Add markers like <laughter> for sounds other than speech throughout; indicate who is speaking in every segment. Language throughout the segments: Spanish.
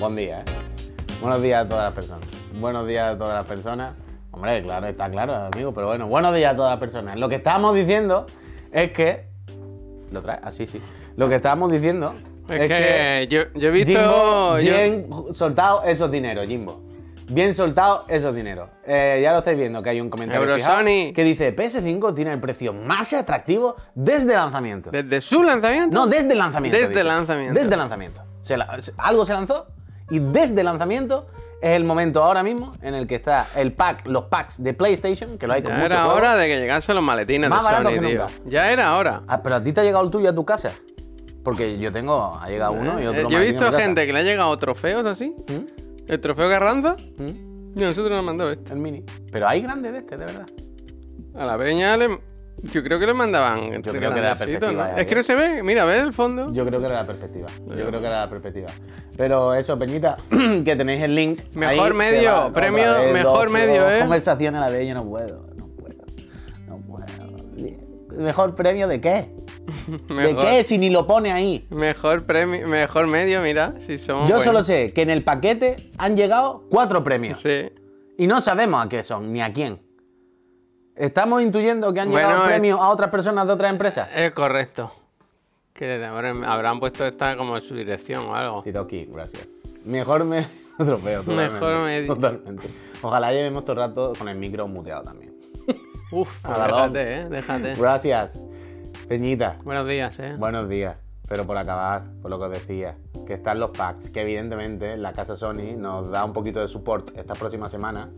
Speaker 1: Buen día, ¿eh? Buenos días a todas las personas. Buenos días a todas las personas. Hombre, claro, está claro, amigo, pero bueno, buenos días a todas las personas. Lo que estábamos diciendo es que. ¿Lo trae? Así, sí. Lo que estábamos diciendo
Speaker 2: Es, que, yo, yo he visto.
Speaker 1: Jimbo,
Speaker 2: yo-
Speaker 1: bien soltado esos dineros, Jimbo. Bien soltado esos dineros. Eh, ya lo estáis viendo, que hay un comentario fijado
Speaker 2: Eurosony.
Speaker 1: que dice PS5 tiene el precio más atractivo desde lanzamiento.
Speaker 2: Desde su lanzamiento.
Speaker 1: No, desde el lanzamiento.
Speaker 2: Desde
Speaker 1: dice.
Speaker 2: el lanzamiento.
Speaker 1: Desde el lanzamiento. Se la- se- algo se lanzó y desde el lanzamiento es el momento ahora mismo en el que está el pack, los packs de PlayStation, que lo hay con
Speaker 2: Ya
Speaker 1: mucho
Speaker 2: era
Speaker 1: juego.
Speaker 2: hora de que llegasen los maletines
Speaker 1: Más
Speaker 2: de
Speaker 1: barato
Speaker 2: Sony,
Speaker 1: que
Speaker 2: tío.
Speaker 1: nunca.
Speaker 2: Ya era hora.
Speaker 1: Ah, pero a ti te ha llegado el tuyo a tu casa. Porque yo tengo, ha llegado uno y
Speaker 2: Eh,
Speaker 1: otro
Speaker 2: yo
Speaker 1: más aquí
Speaker 2: he
Speaker 1: en mi
Speaker 2: visto
Speaker 1: casa.
Speaker 2: gente que le ha llegado trofeos así. El trofeo Carranza.
Speaker 1: ¿Mm?
Speaker 2: Y a nosotros nos mandó este.
Speaker 1: El mini. Pero hay grandes de este, de verdad.
Speaker 2: A la peña le. Yo creo que le mandaban. este
Speaker 1: creo que era
Speaker 2: grandecito,
Speaker 1: perspectiva,
Speaker 2: ¿no?
Speaker 1: ya,
Speaker 2: Es que
Speaker 1: ya.
Speaker 2: no se ve. Mira, ve el fondo.
Speaker 1: Yo creo que era la perspectiva. Yo creo que era la perspectiva. Pero eso, Peñita, <clears throat> que tenéis el link.
Speaker 2: Mejor
Speaker 1: que
Speaker 2: medio,
Speaker 1: va, otra
Speaker 2: premio,
Speaker 1: vez,
Speaker 2: mejor
Speaker 1: dos,
Speaker 2: medio,
Speaker 1: dos
Speaker 2: ¿eh?
Speaker 1: Conversaciones a la de yo no puedo, no puedo, no puedo. ¿Mejor premio de qué? ¿De
Speaker 2: Mejor.
Speaker 1: qué? Si ni lo pone ahí.
Speaker 2: Mejor premio, mejor medio, mira, si somos.
Speaker 1: Yo solo
Speaker 2: buenos.
Speaker 1: sé que en el paquete han llegado cuatro premios.
Speaker 2: Sí.
Speaker 1: Y no sabemos a qué son, ni a quién. Estamos intuyendo que han
Speaker 2: Bueno,
Speaker 1: llegado
Speaker 2: es-
Speaker 1: premios a otras personas de otras empresas.
Speaker 2: Es correcto. Que le habrán, habrán puesto esta como en su dirección o algo.
Speaker 1: Sí, Toki, gracias. Mejor me <laughs> atropello. totalmente.
Speaker 2: Mejor me-
Speaker 1: Totalmente. Ojalá llevemos todo el rato con el micro muteado también.
Speaker 2: Uf, pues
Speaker 1: Agarrón.
Speaker 2: déjate, eh, déjate.
Speaker 1: Gracias. Peñita,
Speaker 2: Buenos días, eh.
Speaker 1: buenos días. Pero por acabar, por lo que os decía, que están los packs, que evidentemente la casa Sony nos da un poquito de support esta próxima semana.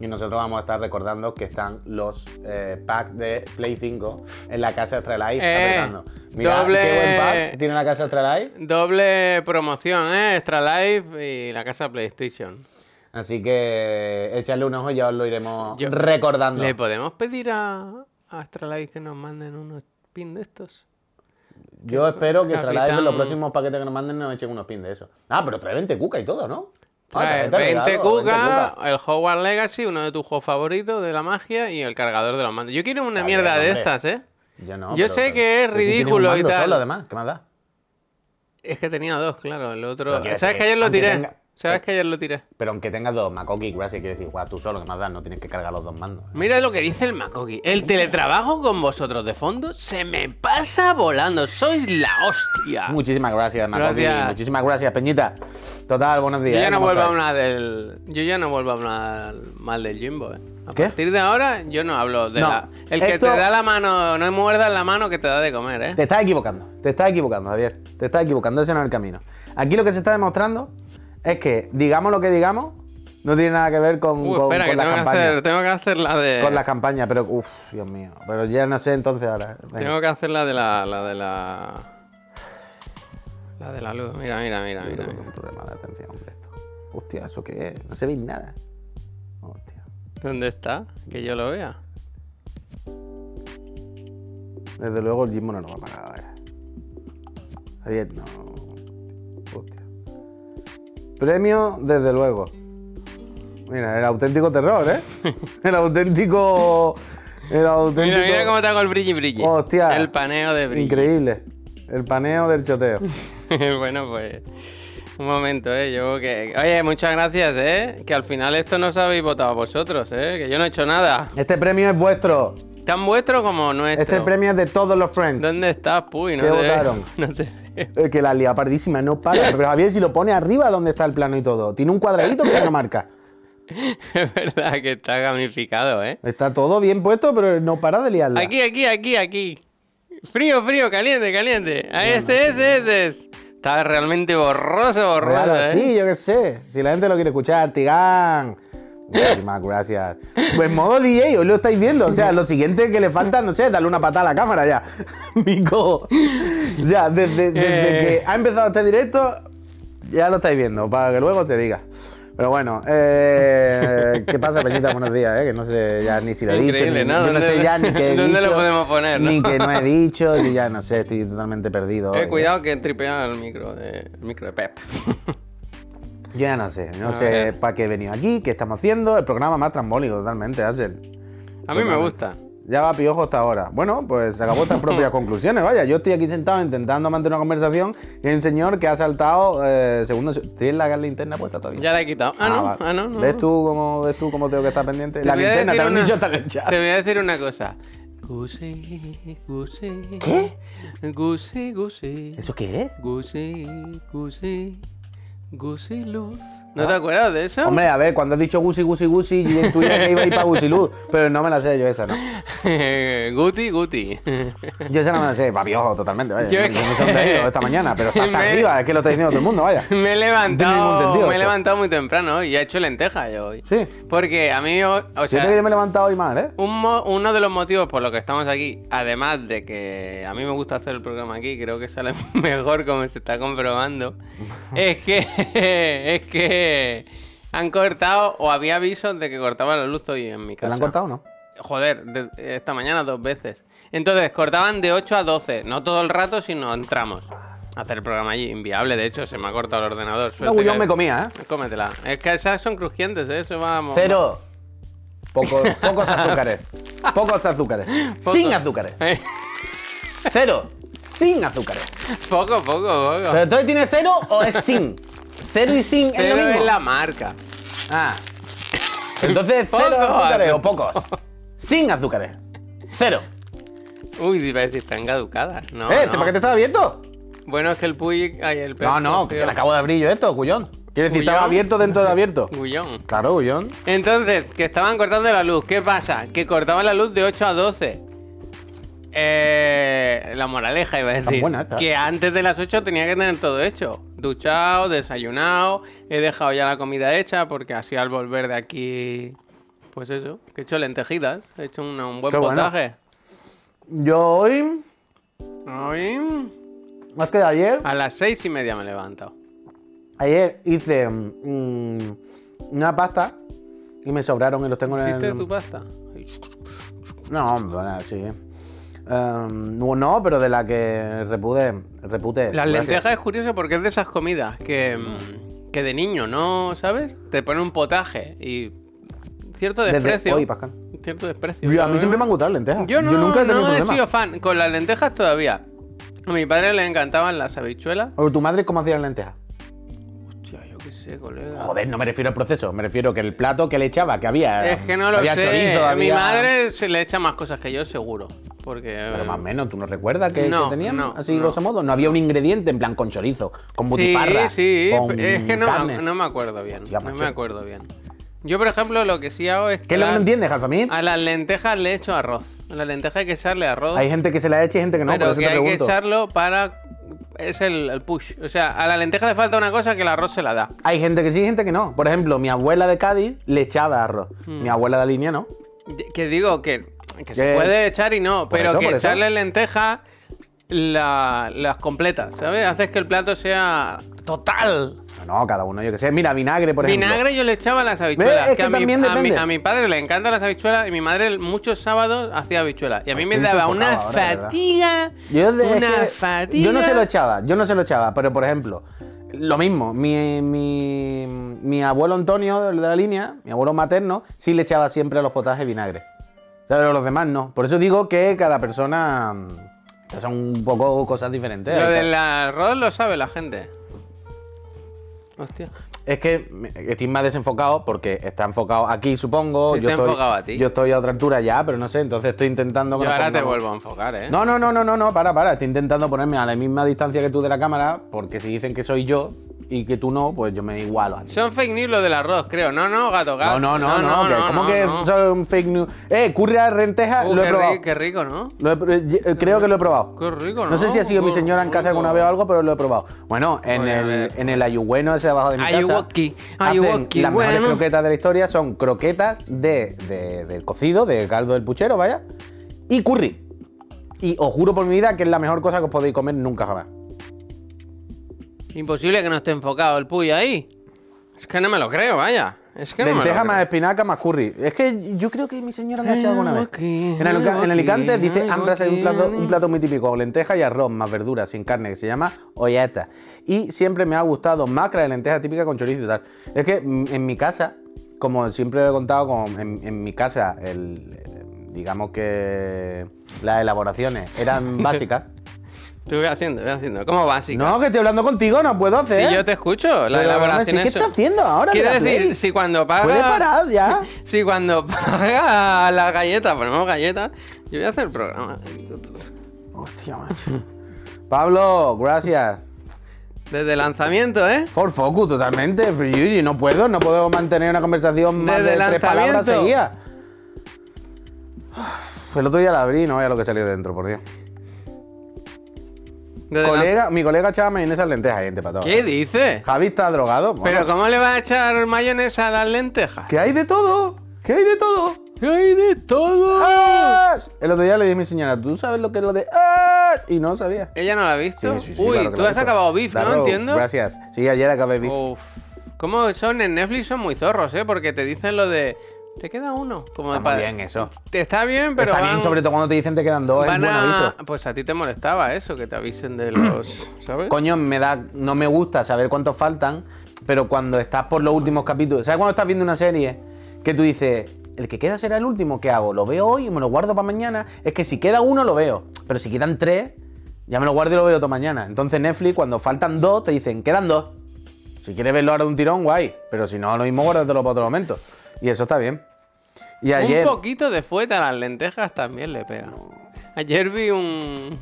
Speaker 1: Y nosotros vamos a estar recordando que están los eh, packs de Play 5 en la casa Astralife
Speaker 2: Eh,
Speaker 1: apretando. Mira,
Speaker 2: doble-
Speaker 1: qué buen pack tiene la casa Astralife.
Speaker 2: Doble promoción, eh. Extra Life y la casa PlayStation.
Speaker 1: Así que echarle un ojo, ya os lo iremos
Speaker 2: Yo-
Speaker 1: recordando.
Speaker 2: ¿Le podemos pedir a, a Extra Life que nos manden unos pin de estos?
Speaker 1: Yo espero que
Speaker 2: Capitán-
Speaker 1: traerles los próximos paquetes que nos manden nos echen unos pins de eso. Ah, pero trae 20 cuca y todo, ¿no? Ah,
Speaker 2: Trae
Speaker 1: tarjeta de
Speaker 2: 20
Speaker 1: regalo, 20
Speaker 2: cuca, el Hogwarts Legacy, uno de tus juegos favoritos de la magia y el cargador de los mandos. Yo quiero una
Speaker 1: Está
Speaker 2: mierda
Speaker 1: bien,
Speaker 2: de
Speaker 1: hombre.
Speaker 2: estas, eh.
Speaker 1: Yo no.
Speaker 2: Yo
Speaker 1: pero-
Speaker 2: sé que es
Speaker 1: pero si tienes un
Speaker 2: ridículo y
Speaker 1: mando
Speaker 2: tal.
Speaker 1: solo, además, ¿qué más da?
Speaker 2: Es que tenía dos, claro, el otro.
Speaker 1: Pero quiero
Speaker 2: ¿Sabes
Speaker 1: decir,
Speaker 2: que ayer lo
Speaker 1: aunque
Speaker 2: tiré?
Speaker 1: tenga-
Speaker 2: ¿Sabes que ayer lo tiré?
Speaker 1: Pero aunque tengas dos Makoki, gracias, quiere decir, guau, tú solo, ¿qué más da? No tienes que cargar los dos mandos.
Speaker 2: Mira lo que dice el Makoki. El teletrabajo con vosotros de fondo se me pasa volando. Sois la hostia.
Speaker 1: Muchísimas gracias, Makoki.
Speaker 2: Ah. Gracias.
Speaker 1: Muchísimas gracias, Peñita. Total, buenos días.
Speaker 2: Yo ya
Speaker 1: ¿eh?
Speaker 2: no
Speaker 1: ¿Cómo
Speaker 2: vuelvo a
Speaker 1: estáis?
Speaker 2: hablar del. Yo ya no vuelvo a hablar mal del Jimbo, eh. A
Speaker 1: ¿Qué?
Speaker 2: partir de ahora, yo no hablo de
Speaker 1: No,
Speaker 2: la. El que
Speaker 1: esto-
Speaker 2: te da la mano, no muerdas la mano que te da de comer, eh.
Speaker 1: Te estás equivocando, te estás equivocando, Javier. Te estás equivocando, ese no es el camino. Aquí lo que se está demostrando es que, digamos lo que digamos, no tiene nada que ver con,
Speaker 2: Uh,
Speaker 1: con-
Speaker 2: espera,
Speaker 1: con
Speaker 2: que
Speaker 1: las
Speaker 2: tengo que,
Speaker 1: campañas.
Speaker 2: hacer, tengo que hacer la de.
Speaker 1: Con las campañas, pero uff, Dios mío. Pero ya no sé entonces ahora. eh. Venga.
Speaker 2: Tengo que hacer la de la. La de la. La de la luz. Mira, mira, mira,
Speaker 1: Yo
Speaker 2: mira.
Speaker 1: creo que es un problema de atención hombre, esto. Hostia, ¿eso qué es? No se ve nada. Hostia.
Speaker 2: ¿Dónde está? Que yo lo vea.
Speaker 1: Desde luego el Jimbo no nos va para nada. eh. Javier, no. Hostia. Premio, desde luego. Mira, el auténtico terror,
Speaker 2: <laughs>
Speaker 1: ¿eh? El auténtico. El auténtico.
Speaker 2: Mira, mira cómo te hago el brilli brilli.
Speaker 1: Hostia.
Speaker 2: El paneo de brilli.
Speaker 1: Increíble. El paneo del choteo.
Speaker 2: <laughs> bueno, pues. Un momento, eh. Yo que. Oye, muchas gracias, eh. Que al final esto no os habéis votado vosotros, eh. Que yo no he hecho nada.
Speaker 1: Este premio es vuestro.
Speaker 2: Tan vuestro como nuestro.
Speaker 1: Este premio es de todos los friends.
Speaker 2: ¿Dónde estás, Puy? No
Speaker 1: Te
Speaker 2: te veo.
Speaker 1: votaron.
Speaker 2: <laughs> No te veo.
Speaker 1: El Eh, que la lía pardísima no para. Pero Javier, si lo pone arriba, ¿dónde está el plano y todo? Tiene un cuadradito que no marca.
Speaker 2: Es verdad que está gamificado, eh.
Speaker 1: Está todo bien puesto, pero no para de liarla.
Speaker 2: Aquí, aquí, aquí, aquí. Frío, frío, caliente, caliente. Ahí, ese, ese, ese es. Está realmente borroso, borroso,
Speaker 1: Claro,
Speaker 2: ¿eh?
Speaker 1: sí, yo qué sé. Si la gente lo quiere escuchar, Tigán.
Speaker 2: <laughs>
Speaker 1: Muchísimas gracias. Pues modo DJ, hoy lo estáis viendo. O sea, lo siguiente que le falta, no sé, darle una patada a la cámara ya. <laughs> Mico. Ya, desde, desde
Speaker 2: Eh.
Speaker 1: que ha empezado este directo, ya lo estáis viendo, para que luego te diga. Pero bueno, eh, ¿qué pasa, Peñita? Buenos días, eh, que no sé ya ni si lo he dicho.
Speaker 2: Increíble,
Speaker 1: ni-
Speaker 2: ¿no?
Speaker 1: yo no
Speaker 2: ¿Dónde-
Speaker 1: sé ya ni qué he
Speaker 2: <laughs> dónde lo
Speaker 1: dicho,
Speaker 2: podemos poner, no?
Speaker 1: Ni que no he dicho, yo ya no sé, estoy totalmente perdido.
Speaker 2: Eh,
Speaker 1: hoy, ya.
Speaker 2: cuidado que tripea el micro de, el micro de Pep.
Speaker 1: Yo ya no sé, no
Speaker 2: A
Speaker 1: sé
Speaker 2: ver.
Speaker 1: para qué he venido aquí, qué estamos haciendo. El programa más trambólico, totalmente, Axel.
Speaker 2: A mí me gusta.
Speaker 1: Ya va piojo hasta ahora. Bueno, pues se acabó
Speaker 2: <laughs>
Speaker 1: estas propias conclusiones. Vaya, yo estoy aquí sentado intentando mantener una conversación y hay un señor que ha saltado eh, segundo. ¿Tienes la linterna puesta todavía?
Speaker 2: Ya la he quitado. Ah, no,
Speaker 1: va.
Speaker 2: ah, no, no.
Speaker 1: ¿Ves
Speaker 2: no.
Speaker 1: tú cómo, ves tú cómo tengo que estar pendiente? la
Speaker 2: voy a
Speaker 1: linterna, te
Speaker 2: decir
Speaker 1: lo han
Speaker 2: una-
Speaker 1: dicho hasta en el chat.
Speaker 2: Te voy a decir una cosa. Gusi, gusi. ¿Qué? Gusi, gusi.
Speaker 1: ¿Eso qué es?
Speaker 2: Gusi, gusi. Gusi luz. ¿No
Speaker 1: Ah.
Speaker 2: te acuerdas de eso?
Speaker 1: Hombre, a ver, cuando has dicho Gusi, Gusi, Gusi, yo intuía que iba a ir para Gusiluz, pero no me la sé yo esa, ¿no?
Speaker 2: <laughs>
Speaker 1: <laughs>
Speaker 2: guti, guti.
Speaker 1: Yo esa no me la sé, papiojo, totalmente, vaya. Yo
Speaker 2: Yo es
Speaker 1: me
Speaker 2: que-
Speaker 1: sonreído esta mañana, pero
Speaker 2: <laughs>
Speaker 1: está hasta
Speaker 2: Me-
Speaker 1: arriba, es que lo está diciendo todo el mundo,
Speaker 2: <laughs>
Speaker 1: vaya.
Speaker 2: Me he
Speaker 1: ningún
Speaker 2: levantado,
Speaker 1: sentido
Speaker 2: me he
Speaker 1: esto.
Speaker 2: levantado muy temprano hoy y he hecho lenteja yo hoy.
Speaker 1: Sí.
Speaker 2: Porque a mí, o, o
Speaker 1: Siento que yo
Speaker 2: sea,
Speaker 1: me he levantado hoy mal, ¿eh?
Speaker 2: un mo- uno de los motivos por los que estamos aquí, además de que a mí me gusta hacer el programa aquí, creo que sale <laughs> mejor como se
Speaker 1: <laughs>
Speaker 2: está comprobando, es que, <laughs> es que han cortado o había avisos de que cortaban la luz hoy en mi
Speaker 1: ¿Te
Speaker 2: casa.
Speaker 1: la han cortado o no?
Speaker 2: Joder, de- esta mañana dos veces. Entonces, cortaban de 8 a 12, no todo el rato, sino entramos. Hacer el programa allí, inviable, de hecho, se me ha cortado el ordenador.
Speaker 1: Un
Speaker 2: suerte
Speaker 1: agullón
Speaker 2: que-
Speaker 1: me comía, ¿eh?
Speaker 2: Cómetela. Es que esas son crujientes, ¿eh? eso vamos.
Speaker 1: Cero. Poco- pocos azúcares. Pocos azúcares. Sin azúcares.
Speaker 2: Eh,
Speaker 1: Cero. Sin azúcares.
Speaker 2: <laughs> poco, poco, poco.
Speaker 1: ¿Pero entonces tiene cero o es sin? Cero y sin es
Speaker 2: Pero
Speaker 1: lo mismo.
Speaker 2: es la marca.
Speaker 1: Ah. Entonces, cero
Speaker 2: Pocos
Speaker 1: azúcares o pocos. Sin azúcares. Cero.
Speaker 2: Uy, iba a decir, están caducadas. No,
Speaker 1: ¿Eh?
Speaker 2: no.
Speaker 1: ¿Este paquete estaba abierto?
Speaker 2: Bueno, es que el Puy. Ay, el
Speaker 1: No, no, que le acabo de abrir yo esto, Cullón. Quiere decir, estaba
Speaker 2: ¿Cullón?
Speaker 1: abierto dentro del abierto.
Speaker 2: Gullón.
Speaker 1: Claro, Cullón.
Speaker 2: Entonces, que estaban cortando la luz. ¿Qué pasa? Que cortaban la luz de 8 a 12. Eh, la moraleja iba a decir.
Speaker 1: buena esta.
Speaker 2: Que antes de las 8 tenía que tener todo hecho. Duchado, desayunado. He dejado ya la comida hecha porque así al volver de aquí... Pues eso, que he hecho lentejitas. He hecho una- un buen
Speaker 1: Qué bueno.
Speaker 2: potaje.
Speaker 1: Yo hoy,
Speaker 2: Hoy,
Speaker 1: más que ayer,
Speaker 2: a las seis y media me he levantado.
Speaker 1: ayer hice mm, una pasta y me sobraron y los tengo en
Speaker 2: ¿Hiciste
Speaker 1: el...
Speaker 2: tu pasta?
Speaker 1: No, bueno, sí. Em, no, no, pero de la que repude, repute.
Speaker 2: Las
Speaker 1: gracias.
Speaker 2: lentejas es curioso porque es de esas comidas que, mm, que de niño, ¿no? ¿Sabes? Te ponen un potaje y cierto
Speaker 1: Desde
Speaker 2: desprecio.
Speaker 1: hoy, Pascal.
Speaker 2: Cierto desprecio.
Speaker 1: Yo, a mí
Speaker 2: ¿no?
Speaker 1: siempre me han gustado las lentejas.
Speaker 2: Yo no,
Speaker 1: nunca he tenido
Speaker 2: no he
Speaker 1: problemas.
Speaker 2: sido fan. Con las lentejas todavía. A mi padre le encantaban las habichuelas.
Speaker 1: ¿O ¿Tu madre cómo hacía las lentejas?
Speaker 2: Hostia, yo qué sé, colega.
Speaker 1: Joder, no me refiero al proceso, me refiero que el plato que le echaba, que había.
Speaker 2: Es que no lo
Speaker 1: había
Speaker 2: sé.
Speaker 1: Chorizo,
Speaker 2: a mi
Speaker 1: había-
Speaker 2: madre se le echa más cosas que yo, seguro. Porque. em,
Speaker 1: Pero más o menos, ¿tú no recuerdas que,
Speaker 2: No,
Speaker 1: que tenían?
Speaker 2: no,
Speaker 1: así,
Speaker 2: no.
Speaker 1: grosso modo. No había un ingrediente en plan con chorizo, con
Speaker 2: Sí,
Speaker 1: butifarra.
Speaker 2: sí,
Speaker 1: con
Speaker 2: es que no,
Speaker 1: carne.
Speaker 2: no me acuerdo bien.
Speaker 1: Hostia,
Speaker 2: no me
Speaker 1: macho.
Speaker 2: acuerdo bien. Yo, por ejemplo, lo que sí hago es
Speaker 1: ¿Qué es lo que no
Speaker 2: las-
Speaker 1: entiendes, Alfamir?
Speaker 2: a las lentejas le echo arroz. A las lentejas hay que echarle arroz.
Speaker 1: Hay gente que se la echa y gente que no, por
Speaker 2: pero
Speaker 1: eso
Speaker 2: que
Speaker 1: te
Speaker 2: hay que
Speaker 1: pregunto.
Speaker 2: echarlo para. Es el, el push. O sea, a la lenteja le falta una cosa que el arroz se la da.
Speaker 1: Hay gente que sí, gente que no. Por ejemplo, mi abuela de Cádiz le echaba arroz.
Speaker 2: Hmm.
Speaker 1: Mi abuela de Alinea no.
Speaker 2: Que digo que, que se
Speaker 1: Que-
Speaker 2: puede echar y no,
Speaker 1: Por
Speaker 2: pero
Speaker 1: eso,
Speaker 2: que
Speaker 1: por eso.
Speaker 2: echarle lenteja la- las completas, ¿sabes? Haces que el plato sea total.
Speaker 1: No, no, cada uno, yo que sé. Mira, vinagre, por ejemplo.
Speaker 2: Vinagre yo le echaba a las habichuelas.
Speaker 1: ¿Ves? Es
Speaker 2: que a,
Speaker 1: que
Speaker 2: mi,
Speaker 1: también
Speaker 2: a mi-
Speaker 1: depende.
Speaker 2: a mi padre le encantan las habichuelas y mi madre muchos sábados hacía habichuelas. Y a mí
Speaker 1: Pues
Speaker 2: me
Speaker 1: estoy
Speaker 2: daba una
Speaker 1: sofocado ahora, de verdad.
Speaker 2: fatiga.
Speaker 1: Yo de- es
Speaker 2: una
Speaker 1: que
Speaker 2: fatiga.
Speaker 1: Yo no se lo echaba, yo no se lo echaba, pero por ejemplo, lo mismo, mi, mi, mi abuelo Antonio el de la línea, mi abuelo materno, sí le echaba siempre a los potajes vinagre. ¿Sabes? Pero los demás no. Por eso digo que cada persona. mm, que Son un poco cosas diferentes.
Speaker 2: Lo
Speaker 1: Hay
Speaker 2: del arroz lo sabe la gente. Hostia.
Speaker 1: Es que me- estoy más desenfocado porque está enfocado aquí, supongo.
Speaker 2: Sí,
Speaker 1: yo
Speaker 2: está
Speaker 1: estoy,
Speaker 2: enfocado a ti.
Speaker 1: Yo estoy a otra altura ya, pero no sé, entonces estoy intentando... que
Speaker 2: Yo
Speaker 1: nos
Speaker 2: ahora te
Speaker 1: pongamos-
Speaker 2: vuelvo a enfocar, ¿eh?
Speaker 1: pues No, no, no, no, no, no, para, para. Estoy intentando ponerme a la misma distancia que tú de la cámara porque si dicen que soy yo y que tú no, pues yo me igualo a ti.
Speaker 2: Son fake news lo del arroz, creo. No, no, gato, gato.
Speaker 1: No, no, no, no. que- ¿Cómo
Speaker 2: no,
Speaker 1: que
Speaker 2: no.
Speaker 1: son fake news? Eh, curry a lentejas,
Speaker 2: Uh,
Speaker 1: lo he
Speaker 2: qué,
Speaker 1: probado.
Speaker 2: ri- qué rico, ¿no?
Speaker 1: Lo he pro- eh, creo que lo he probado.
Speaker 2: Qué rico, ¿no?
Speaker 1: No sé si ha sido mi
Speaker 2: Qué
Speaker 1: señora en casa
Speaker 2: rico.
Speaker 1: alguna vez o algo, pero lo he probado. Bueno, en
Speaker 2: Voy a
Speaker 1: el,
Speaker 2: ver.
Speaker 1: en el ayugüeno ese de abajo de mi casa.
Speaker 2: Ayuwoki,
Speaker 1: hacen
Speaker 2: ayuwoki,
Speaker 1: Las mejores
Speaker 2: bueno.
Speaker 1: croquetas de la historia son croquetas de, de- del cocido, de caldo del puchero, vaya, y curry. Y os juro por mi vida que es la mejor cosa que os podéis comer nunca jamás.
Speaker 2: Imposible que no esté enfocado el puy ahí. Es que no me lo creo, vaya. Es que no me lo
Speaker 1: Lenteja
Speaker 2: creo.
Speaker 1: más espinaca más curry. Es que yo creo que mi señora lo ha hecho alguna vez.
Speaker 2: Ayuwoki,
Speaker 1: En, Aluca- en Alicante
Speaker 2: ayuwoki,
Speaker 1: dice Ambras hay un plato,
Speaker 2: ayuwoki.
Speaker 1: un plato muy típico, lenteja y arroz, más verduras, sin carne, que se llama olleta. Y siempre me ha gustado más que la lenteja típica con chorizo y tal. Es que mm, en mi casa, como siempre he contado, como en, en mi casa el, digamos que las elaboraciones
Speaker 2: <laughs>
Speaker 1: eran básicas.
Speaker 2: Tú ve haciendo, ve haciendo. ¿Cómo vas, chica?
Speaker 1: No, que estoy hablando contigo, no puedo
Speaker 2: Si
Speaker 1: hacer.
Speaker 2: yo te escucho, la
Speaker 1: Pero,
Speaker 2: elaboración
Speaker 1: Ramón, sí, ¿qué
Speaker 2: es-
Speaker 1: está haciendo ahora de
Speaker 2: Quiero
Speaker 1: la
Speaker 2: decir,
Speaker 1: Play?
Speaker 2: si cuando paga.
Speaker 1: ¿Puede parar
Speaker 2: <laughs>
Speaker 1: ya?
Speaker 2: Si cuando paga la galleta, ponemos galleta, yo voy a hacer el programa.
Speaker 1: Hostia, macho. Pablo, gracias.
Speaker 2: Desde el lanzamiento, ¿eh?
Speaker 1: For focus, totalmente. Free Yuji, no puedo, no puedo mantener una conversación más
Speaker 2: Desde
Speaker 1: de
Speaker 2: el
Speaker 1: tres palabras
Speaker 2: lanzamiento.
Speaker 1: seguidas. El otro día la abrí y no veía lo que salió dentro, por Dios.
Speaker 2: Desde el
Speaker 1: Colega- mi colega echaba mayonesa en lentejas ahí empatado.
Speaker 2: lan- ¿Qué dices?
Speaker 1: Javi está drogado. Bueno,
Speaker 2: Pero ¿cómo le vas a echar mayonesa a las lentejas?
Speaker 1: Que hay de todo. Que hay de todo.
Speaker 2: hay de todo? Ah.
Speaker 1: ¡Ash! El otro día le dije a mi señora, ¿tú sabes lo que es lo de Ash? Y no sabía.
Speaker 2: ¿Ella no la ha visto?
Speaker 1: Sí, sí, sí,
Speaker 2: Uy,
Speaker 1: claro que
Speaker 2: tú
Speaker 1: lo
Speaker 2: has
Speaker 1: he visto.
Speaker 2: acabado beef, ¿no?
Speaker 1: Darrow,
Speaker 2: Entiendo. Oh,
Speaker 1: Gracias. Sí, ayer acabé beef.
Speaker 2: Uf. ¿Cómo son en Netflix? Son muy zorros, ¿eh? Porque te dicen lo de. Te queda uno. Como
Speaker 1: Está muy
Speaker 2: para-
Speaker 1: bien eso.
Speaker 2: Te está bien, pero.
Speaker 1: Pero Está bien,
Speaker 2: van-
Speaker 1: sobre todo cuando te dicen te quedan dos, es
Speaker 2: van
Speaker 1: buen
Speaker 2: a...
Speaker 1: aviso.
Speaker 2: Pues a ti te molestaba eso, que te avisen de los. ¿Sabes?
Speaker 1: Coño, me da, no me gusta saber cuántos faltan, pero cuando estás por los últimos capítulos, ¿sabes cuando estás viendo una serie que tú dices, el que queda será el último, ¿qué hago? ¿Lo veo hoy y me lo guardo para mañana? Es que si queda uno, lo veo, pero si quedan tres, ya me lo guardo y lo veo todo mañana. Entonces Netflix, cuando faltan dos, te dicen, quedan dos. Si quieres verlo ahora de un tirón, guay, pero si no, lo mismo guárdatelo para otro momento. Y eso está bien. Y ayer...
Speaker 2: Un poquito de fueta a las lentejas también le pega. Ayer vi un.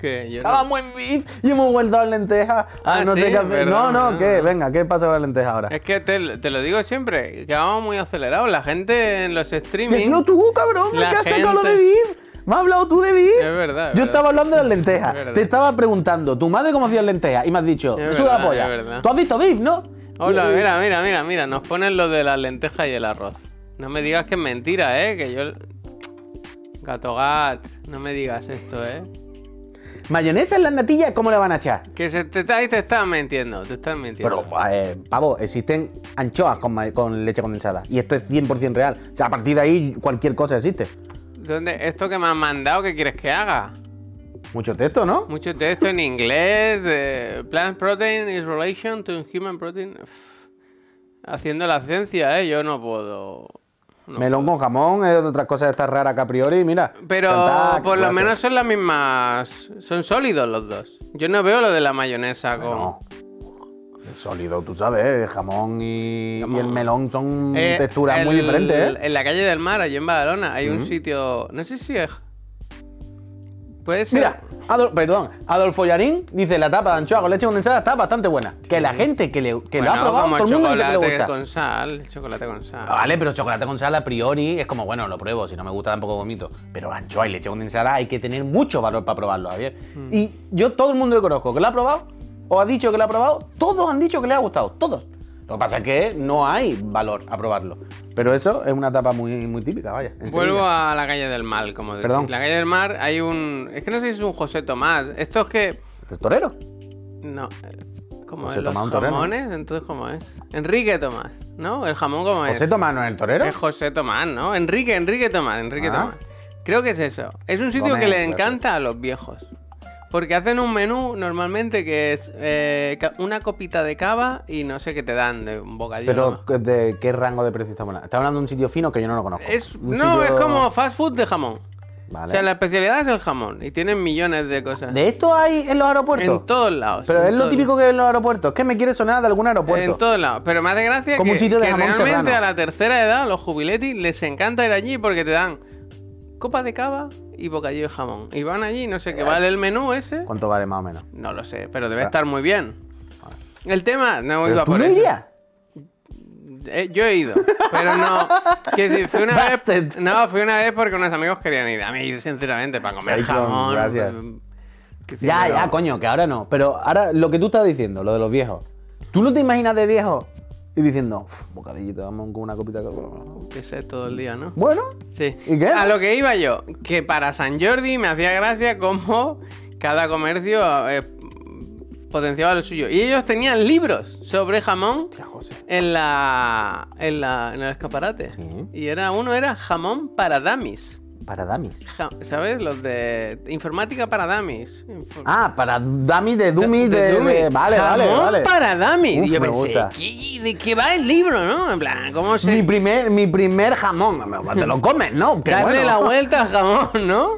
Speaker 2: Que yo. no-
Speaker 1: Estábamos en beef y hemos vuelto a las lentejas. Ah,
Speaker 2: Ah,
Speaker 1: no
Speaker 2: sí, Ah.
Speaker 1: sé qué hacer. No,
Speaker 2: perdón,
Speaker 1: no,
Speaker 2: no,
Speaker 1: ¿qué?
Speaker 2: no.
Speaker 1: Venga, ¿qué pasa con las lentejas ahora?
Speaker 2: Es que te, te lo digo siempre, que vamos muy acelerados. La gente en los
Speaker 1: Si
Speaker 2: streaming.
Speaker 1: has sido tú, cabrón, el
Speaker 2: La
Speaker 1: que has sacado lo
Speaker 2: gente-
Speaker 1: de Viv. Me has hablado tú de Viv.
Speaker 2: Es verdad, es
Speaker 1: Yo
Speaker 2: verdad.
Speaker 1: estaba hablando de las lentejas.
Speaker 2: Es verdad.
Speaker 1: Te estaba preguntando, ¿tu madre cómo hacía las lentejas? Y me has dicho,
Speaker 2: Es
Speaker 1: me suda la
Speaker 2: verdad,
Speaker 1: polla.
Speaker 2: es verdad.
Speaker 1: Tú has visto Viv, ¿no?
Speaker 2: Hola,
Speaker 1: Y-
Speaker 2: mira, mira, mira, mira. Nos ponen lo de las lentejas y el arroz. No me digas que es mentira, eh. Que yo. Gato gat, no me digas esto, eh.
Speaker 1: Mayonesa en las natillas, ¿cómo la van a echar?
Speaker 2: Que se te, ahí te estás mintiendo, te estás mintiendo.
Speaker 1: Pero, eh, pavo, existen anchoas con, ma- con leche condensada. Y esto es 100% real. O sea, a partir de ahí, cualquier cosa existe.
Speaker 2: ¿Dónde, ¿Esto que me has mandado, qué quieres que haga?
Speaker 1: Mucho texto, ¿no?
Speaker 2: Mucho texto en inglés, de plant protein is relation to human protein. Uf. Haciendo la ciencia, ¿eh? Yo no puedo. no.
Speaker 1: Melón con jamón, es otras cosas de estas raras que a priori, mira.
Speaker 2: Pero
Speaker 1: chantac,
Speaker 2: por lo
Speaker 1: clases.
Speaker 2: menos son las mismas. Son sólidos los dos. Yo no veo lo de la mayonesa con.
Speaker 1: No. El sólido, tú sabes, el jamón y, y el melón son
Speaker 2: Eh,
Speaker 1: texturas mm, muy
Speaker 2: el-
Speaker 1: diferentes, ¿eh? Mm.
Speaker 2: En la calle del mar, allí en Badalona, hay un sitio. No sé si es. Puede ser.
Speaker 1: Mira, Adol- perdón, Adolfo Yarín dice la tapa de anchoa con leche condensada está bastante buena. Que la gente que, le, que lo
Speaker 2: Bueno,
Speaker 1: ha probado,
Speaker 2: como
Speaker 1: todo el mundo dice que le
Speaker 2: chocolate
Speaker 1: gusta.
Speaker 2: con sal. Chocolate con sal.
Speaker 1: Ah, Vale, pero chocolate con sal a priori es como, bueno, lo pruebo, si no me gusta tampoco vomito. Pero anchoa y leche condensada hay que tener mucho valor para probarlo, Javier.
Speaker 2: Mm.
Speaker 1: Y yo todo el mundo que conozco que lo ha probado o ha dicho que lo ha probado, todos han dicho que le ha gustado, todos. Lo que pasa es que no hay valor a probarlo. Pero eso es una etapa muy, muy típica, vaya. en
Speaker 2: Vuelvo
Speaker 1: Sevilla.
Speaker 2: a la calle del mar, como decís.
Speaker 1: Perdón.
Speaker 2: La calle del mar hay un. Es que no sé si es un José Tomás. Esto es que.
Speaker 1: ¿El torero?
Speaker 2: No. Como
Speaker 1: José
Speaker 2: los
Speaker 1: Tomás, un torero.
Speaker 2: jamones, entonces ¿cómo es? Enrique Tomás, ¿no? El jamón ¿cómo es?
Speaker 1: ¿José Tomás no es el torero?
Speaker 2: Es José Tomás, ¿no? Enrique, Enrique Tomás, Enrique
Speaker 1: Ah.
Speaker 2: Tomás. Creo que es eso. Es un sitio
Speaker 1: Tomé,
Speaker 2: que le
Speaker 1: gracias.
Speaker 2: encanta a los viejos. Porque hacen un menú normalmente que es eh, ca- una copita de cava y no sé qué te dan de un bocadillo.
Speaker 1: Pero,
Speaker 2: nomás.
Speaker 1: ¿de qué rango de precio estamos hablando? Estamos hablando de un sitio fino que yo no lo conozco.
Speaker 2: Es-
Speaker 1: Un
Speaker 2: no, es
Speaker 1: sitio-
Speaker 2: como fast food de jamón.
Speaker 1: Vale.
Speaker 2: O sea, la especialidad es el jamón y tienen millones de cosas.
Speaker 1: ¿De esto hay en los aeropuertos?
Speaker 2: En todos lados.
Speaker 1: Pero
Speaker 2: en
Speaker 1: es lo
Speaker 2: todos
Speaker 1: típico que hay en los aeropuertos. que me quiere sonar de algún
Speaker 2: lados.
Speaker 1: aeropuerto?
Speaker 2: En todos lados. Pero me hace gracia
Speaker 1: Como
Speaker 2: que,
Speaker 1: un sitio de
Speaker 2: que
Speaker 1: jamón
Speaker 2: realmente
Speaker 1: serrano.
Speaker 2: a la tercera edad, los jubiletis, les encanta ir allí porque te dan copa de cava y bocadillo de jamón. Y van allí, no sé qué vale el menú ese.
Speaker 1: ¿Cuánto vale más o menos?
Speaker 2: No lo sé, pero debe estar muy bien. El tema, no
Speaker 1: Ah. Pero
Speaker 2: iba
Speaker 1: ¿Tú
Speaker 2: por
Speaker 1: no
Speaker 2: eso.
Speaker 1: irías?
Speaker 2: Eh, yo he ido,
Speaker 1: <laughs>
Speaker 2: pero no. Quiero decir, fui una vez.
Speaker 1: Bastard.
Speaker 2: No, fui una vez porque unos amigos querían ir. A mí, sinceramente, para comer
Speaker 1: Saison,
Speaker 2: jamón.
Speaker 1: gracias.
Speaker 2: eh, que sí,
Speaker 1: Ya,
Speaker 2: pero-
Speaker 1: ya, coño, que ahora no. Pero ahora lo que tú estás diciendo, lo de los viejos. ¿Tú no te imaginas de viejo? Y diciendo, "Uf, bocadillito, vamos con una copita. de Coca-Cola".
Speaker 2: Que sé todo el día, ¿no?
Speaker 1: Bueno,
Speaker 2: Sí.
Speaker 1: ¿Y qué?
Speaker 2: A lo que iba yo, que para San Jordi me hacía gracia cómo cada comercio eh, potenciaba lo suyo. Y ellos tenían libros sobre jamón
Speaker 1: tía José.
Speaker 2: en la en, la, en el escaparate.
Speaker 1: Sí.
Speaker 2: Y era uno era jamón para damis.
Speaker 1: Para dummies.
Speaker 2: Ja- ¿Sabes? Los de informática para dummies. Info-
Speaker 1: Ah, para dummy de dummy de,
Speaker 2: Dummy.
Speaker 1: de- Vale, vale,
Speaker 2: Jamón
Speaker 1: vale.
Speaker 2: para dummies.
Speaker 1: Uf,
Speaker 2: Y yo
Speaker 1: me
Speaker 2: pensé,
Speaker 1: gusta.
Speaker 2: ¿qué- ¿de qué va el libro, no? En plan, ¿cómo se...?
Speaker 1: Mi primer, mi primer jamón. Te lo comes, ¿no? Qué
Speaker 2: Darle
Speaker 1: bueno. <laughs>
Speaker 2: la vuelta al jamón, ¿no?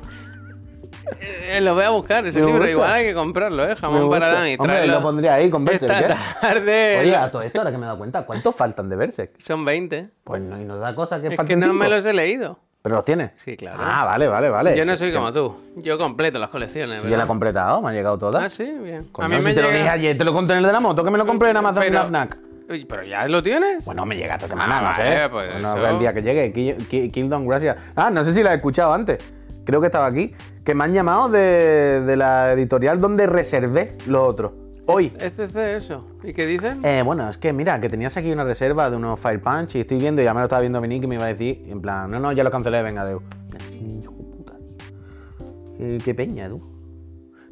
Speaker 2: Eh, eh, lo voy a buscar, ese
Speaker 1: Me
Speaker 2: libro
Speaker 1: gusta.
Speaker 2: igual hay que comprarlo, ¿eh?
Speaker 1: Me
Speaker 2: Jamón
Speaker 1: gusta.
Speaker 2: para dummies.
Speaker 1: Hombre,
Speaker 2: tráelo.
Speaker 1: lo pondría ahí con Berserk,
Speaker 2: Esta
Speaker 1: ¿eh?
Speaker 2: tarde...
Speaker 1: Oye, a todo esto, ahora que me he dado cuenta, ¿cuántos faltan de Berserk?
Speaker 2: Son 20.
Speaker 1: Pues no, y nos da cosa que
Speaker 2: Es que
Speaker 1: falten
Speaker 2: no me
Speaker 1: cinco.
Speaker 2: los he leído.
Speaker 1: Pero los tienes.
Speaker 2: Sí, claro.
Speaker 1: Ah, vale, vale, vale.
Speaker 2: Yo no
Speaker 1: Sí,
Speaker 2: soy
Speaker 1: que-
Speaker 2: como tú. Yo completo las colecciones,
Speaker 1: Yo la
Speaker 2: ¿verdad?
Speaker 1: he completado, me han llegado todas.
Speaker 2: Ah, sí, bien.
Speaker 1: Coño, si te lo dije ayer, te lo conté en el de la moto, que me lo compré en Amazon en
Speaker 2: Pero-
Speaker 1: la FNAC.
Speaker 2: Uy, Pero ya lo tienes.
Speaker 1: Bueno, me llega esta semana,
Speaker 2: Ah,
Speaker 1: no sé.
Speaker 2: vale, pues
Speaker 1: Bueno,
Speaker 2: eso.
Speaker 1: habrá el día que llegue. Ki- Ki- Kingdom, gracias. Ah, no sé si la he escuchado antes. Creo que estaba aquí. Que me han llamado de, de la editorial donde reservé lo otro. Hoy.
Speaker 2: SC eso. ¿Y qué dicen?
Speaker 1: Eh, bueno, es que mira, que tenías aquí una reserva de unos Fire Punch y estoy viendo, ya me lo estaba viendo Dominique y me iba a decir, en plan, no, no, ya lo cancelé, venga, Deu. Y así, hijo de puta, tío. Qué, qué peña, tú.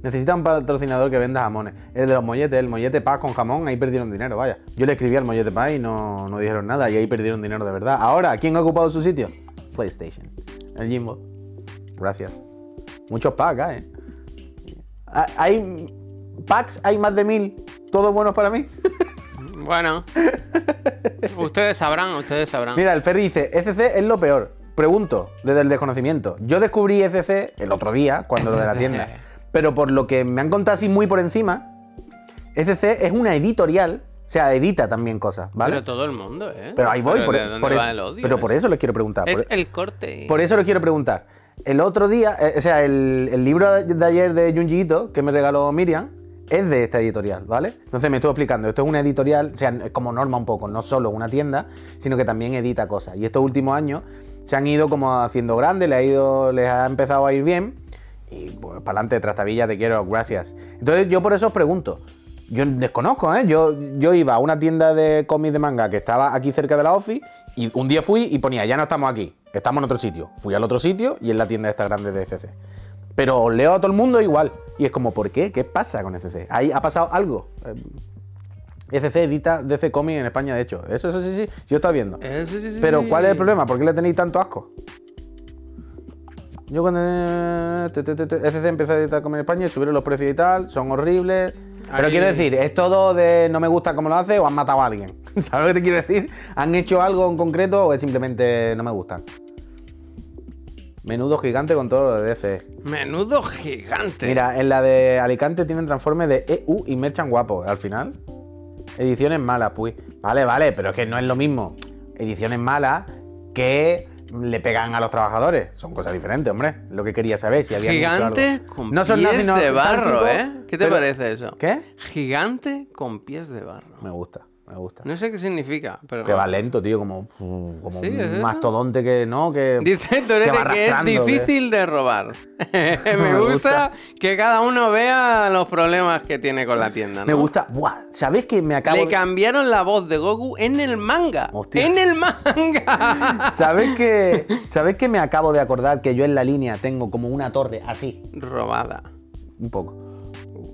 Speaker 1: Necesita un patrocinador que venda jamones. El de los molletes, el mollete paz con jamón, ahí perdieron dinero, vaya. Yo le escribí al mollete paz y no, no dijeron nada, y ahí perdieron dinero de verdad. Ahora, ¿quién ha ocupado su sitio? PlayStation. El Jimbo. Gracias. Muchos packs acá, eh. Ah, Hay packs, hay más de mil. Todos buenos para mí. <laughs>
Speaker 2: Bueno. ustedes sabrán, ustedes sabrán.
Speaker 1: Mira, el Ferry dice, ECC es lo peor. Pregunto, desde el desconocimiento. Yo descubrí ECC el otro día, cuando lo de la
Speaker 2: <laughs>
Speaker 1: tienda. Pero por lo que me han contado así muy por encima, ECC es una editorial, o sea, edita también cosas, ¿vale?
Speaker 2: Pero
Speaker 1: Pero,
Speaker 2: todo el mundo, ¿eh?
Speaker 1: ahí voy, por, e-
Speaker 2: ¿de
Speaker 1: por
Speaker 2: dónde
Speaker 1: eso-
Speaker 2: va el odio?
Speaker 1: pero por eso les quiero preguntar.
Speaker 2: Es
Speaker 1: por, e-
Speaker 2: el corte. y-
Speaker 1: por eso les quiero preguntar. El otro día, eh, o sea, el, el libro de ayer de Junji Ito, que me regaló Miriam, es de esta editorial, ¿vale? Entonces me estuvo explicando, esto es una editorial, o sea, es como norma un poco, no solo una tienda, sino que también edita cosas. Y estos últimos años se han ido como haciendo grandes, les ha, ido, les ha empezado a ir bien. Y pues para adelante, Trastavilla, te quiero, gracias. Entonces yo por eso os pregunto, yo desconozco, ¿eh? Yo, yo iba a una tienda de cómics de manga que estaba aquí cerca de la office y un día fui y ponía, ya no estamos aquí, estamos en otro sitio. Fui al otro sitio y en la tienda esta grande de ECC. Pero os leo a todo el mundo igual. Y es como, ¿por qué? ¿Qué pasa con ECC? ¿Ahí ha pasado algo? Eh, ECC edita DC Comics en España, de hecho. Eso, eso sí, sí, yo estaba viendo.
Speaker 2: Eh, sí, sí, sí,
Speaker 1: Pero
Speaker 2: sí.
Speaker 1: ¿cuál es el problema? ¿Por qué le tenéis tanto asco? Yo cuando eh, te, te, te, te, SC empezó a editar como en España y subieron los precios y tal, son horribles. Pero
Speaker 2: Ahí-
Speaker 1: quiero decir, es todo de no me gusta cómo lo hace o han matado a alguien. <laughs> ¿Sabes lo que te quiero decir? ¿Han hecho algo en concreto o es simplemente no me gustan? Menudo gigante con todo lo de DC.
Speaker 2: Menudo gigante.
Speaker 1: Mira, en la de Alicante tienen transforme de EU y Merchant guapo. Al final, ediciones malas, pues. Vale, vale, pero es que no es lo mismo. Ediciones malas que le pegan a los trabajadores. Son cosas diferentes, hombre. Lo que quería saber si había
Speaker 2: Gigante con pies
Speaker 1: nazis,
Speaker 2: de barro,
Speaker 1: tácticos,
Speaker 2: ¿eh? ¿Qué te
Speaker 1: pero-
Speaker 2: parece eso?
Speaker 1: ¿Qué?
Speaker 2: Gigante con pies de barro.
Speaker 1: Me gusta, me gusta.
Speaker 2: No sé qué significa, pero.
Speaker 1: Que va lento, tío, como, como
Speaker 2: Sí,
Speaker 1: un
Speaker 2: ¿es eso?
Speaker 1: mastodonte que no, que.
Speaker 2: Dice
Speaker 1: que va
Speaker 2: Torete que es
Speaker 1: arrastrando, que-
Speaker 2: difícil
Speaker 1: <laughs>
Speaker 2: de robar. Me
Speaker 1: Me gusta.
Speaker 2: gusta que cada uno vea los problemas que tiene con la tienda. ¿no?
Speaker 1: Me gusta. Buah, ¿sabéis que me acabo
Speaker 2: Le
Speaker 1: de-
Speaker 2: cambiaron la voz de Goku en el manga.
Speaker 1: Hostia.
Speaker 2: En el manga. <laughs>
Speaker 1: ¿Sabes que, ¿Sabes que me acabo de acordar que yo en la línea tengo como una torre así?
Speaker 2: Robada.
Speaker 1: Un poco.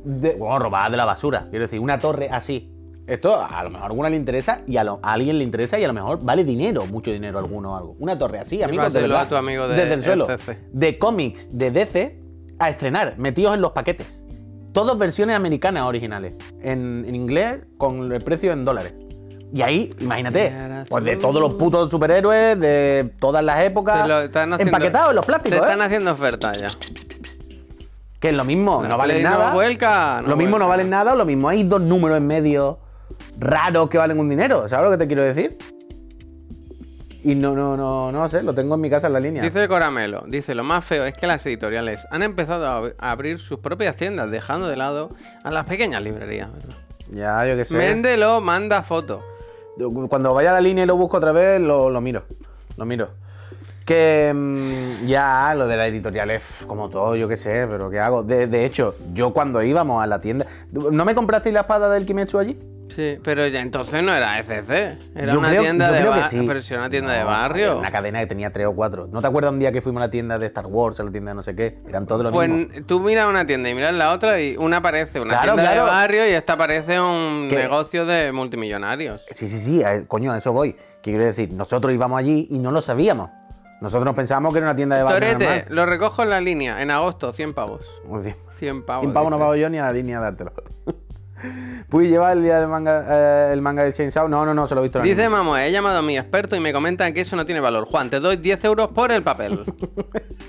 Speaker 1: De, bueno, robada de la basura. Quiero decir, una torre así. Esto a lo mejor a alguna le interesa y a, lo- a alguien le interesa y a lo mejor vale dinero, mucho dinero alguno o algo. Una torre así, amigos, de
Speaker 2: páselo a
Speaker 1: verdad.
Speaker 2: tu amigo de
Speaker 1: Desde el suelo.
Speaker 2: FF.
Speaker 1: De cómics de DC a estrenar, metidos en los paquetes. Todas versiones americanas originales. En, en inglés, con el precio en dólares. Y ahí, imagínate, pues de todos los putos superhéroes, de todas las épocas,
Speaker 2: Te lo están haciendo-
Speaker 1: empaquetados en los
Speaker 2: Te
Speaker 1: plásticos, ¿eh?
Speaker 2: están haciendo oferta ya.
Speaker 1: Que es lo mismo,
Speaker 2: La
Speaker 1: no valen
Speaker 2: Play no
Speaker 1: nada.
Speaker 2: vuelca, Ah, no
Speaker 1: lo mismo no
Speaker 2: vuelca.
Speaker 1: valen nada, o lo mismo hay dos números en medio raros que valen un dinero. ¿Sabes lo que te quiero decir? Y no, no, no, no sé, lo tengo en mi casa en la línea.
Speaker 2: Dice Coramelo, dice lo más feo es que las editoriales han empezado a ab- a abrir sus propias tiendas, dejando de lado a las pequeñas librerías. ¿verdad?
Speaker 1: Ya, yo qué sé.
Speaker 2: Méndelo, manda foto.
Speaker 1: Cuando vaya a la línea y lo busco otra vez, lo, lo miro. Lo miro. Que mm, ya, lo de la editorial es como todo, yo qué sé, pero ¿qué hago? De, de hecho, yo cuando íbamos a la tienda. ¿No me comprasteis la espada del Kimetsu allí?
Speaker 2: Sí, pero ya entonces no era FC, era
Speaker 1: Yo
Speaker 2: una
Speaker 1: creo-
Speaker 2: tienda
Speaker 1: yo
Speaker 2: de
Speaker 1: creo que
Speaker 2: barrio.
Speaker 1: sí.
Speaker 2: Pero si era una tienda
Speaker 1: No,
Speaker 2: de
Speaker 1: era
Speaker 2: barrio.
Speaker 1: Una cadena que tenía tres o cuatro. ¿No te acuerdas un día que fuimos a la tienda de Star Wars, a la tienda de no sé qué? Eran todos los
Speaker 2: Pues
Speaker 1: mismos.
Speaker 2: tú miras una tienda y miras la otra y una parece una
Speaker 1: Claro,
Speaker 2: tienda
Speaker 1: claro.
Speaker 2: de barrio y esta parece un
Speaker 1: Que- Este
Speaker 2: negocio de multimillonarios.
Speaker 1: Sí, sí, sí, a- coño, a eso voy. Que quiero decir, nosotros íbamos allí y no lo sabíamos. Nosotros pensábamos que era una tienda de Batman
Speaker 2: Torete, Ah,
Speaker 1: normal.
Speaker 2: lo recojo en la línea, en agosto, 100 pavos.
Speaker 1: Muy bien.
Speaker 2: 100 pavos.
Speaker 1: Sin pavo no
Speaker 2: dice.
Speaker 1: pago yo ni a la línea de dártelo. Puy lleva el día del manga, eh, el manga de Chainsaw. No, no, no, se lo he visto. en
Speaker 2: Dice
Speaker 1: anime.
Speaker 2: Mamo, he llamado a mi experto y me comentan que eso no tiene valor. Juan, te doy 10 euros por el
Speaker 1: <laughs>
Speaker 2: papel.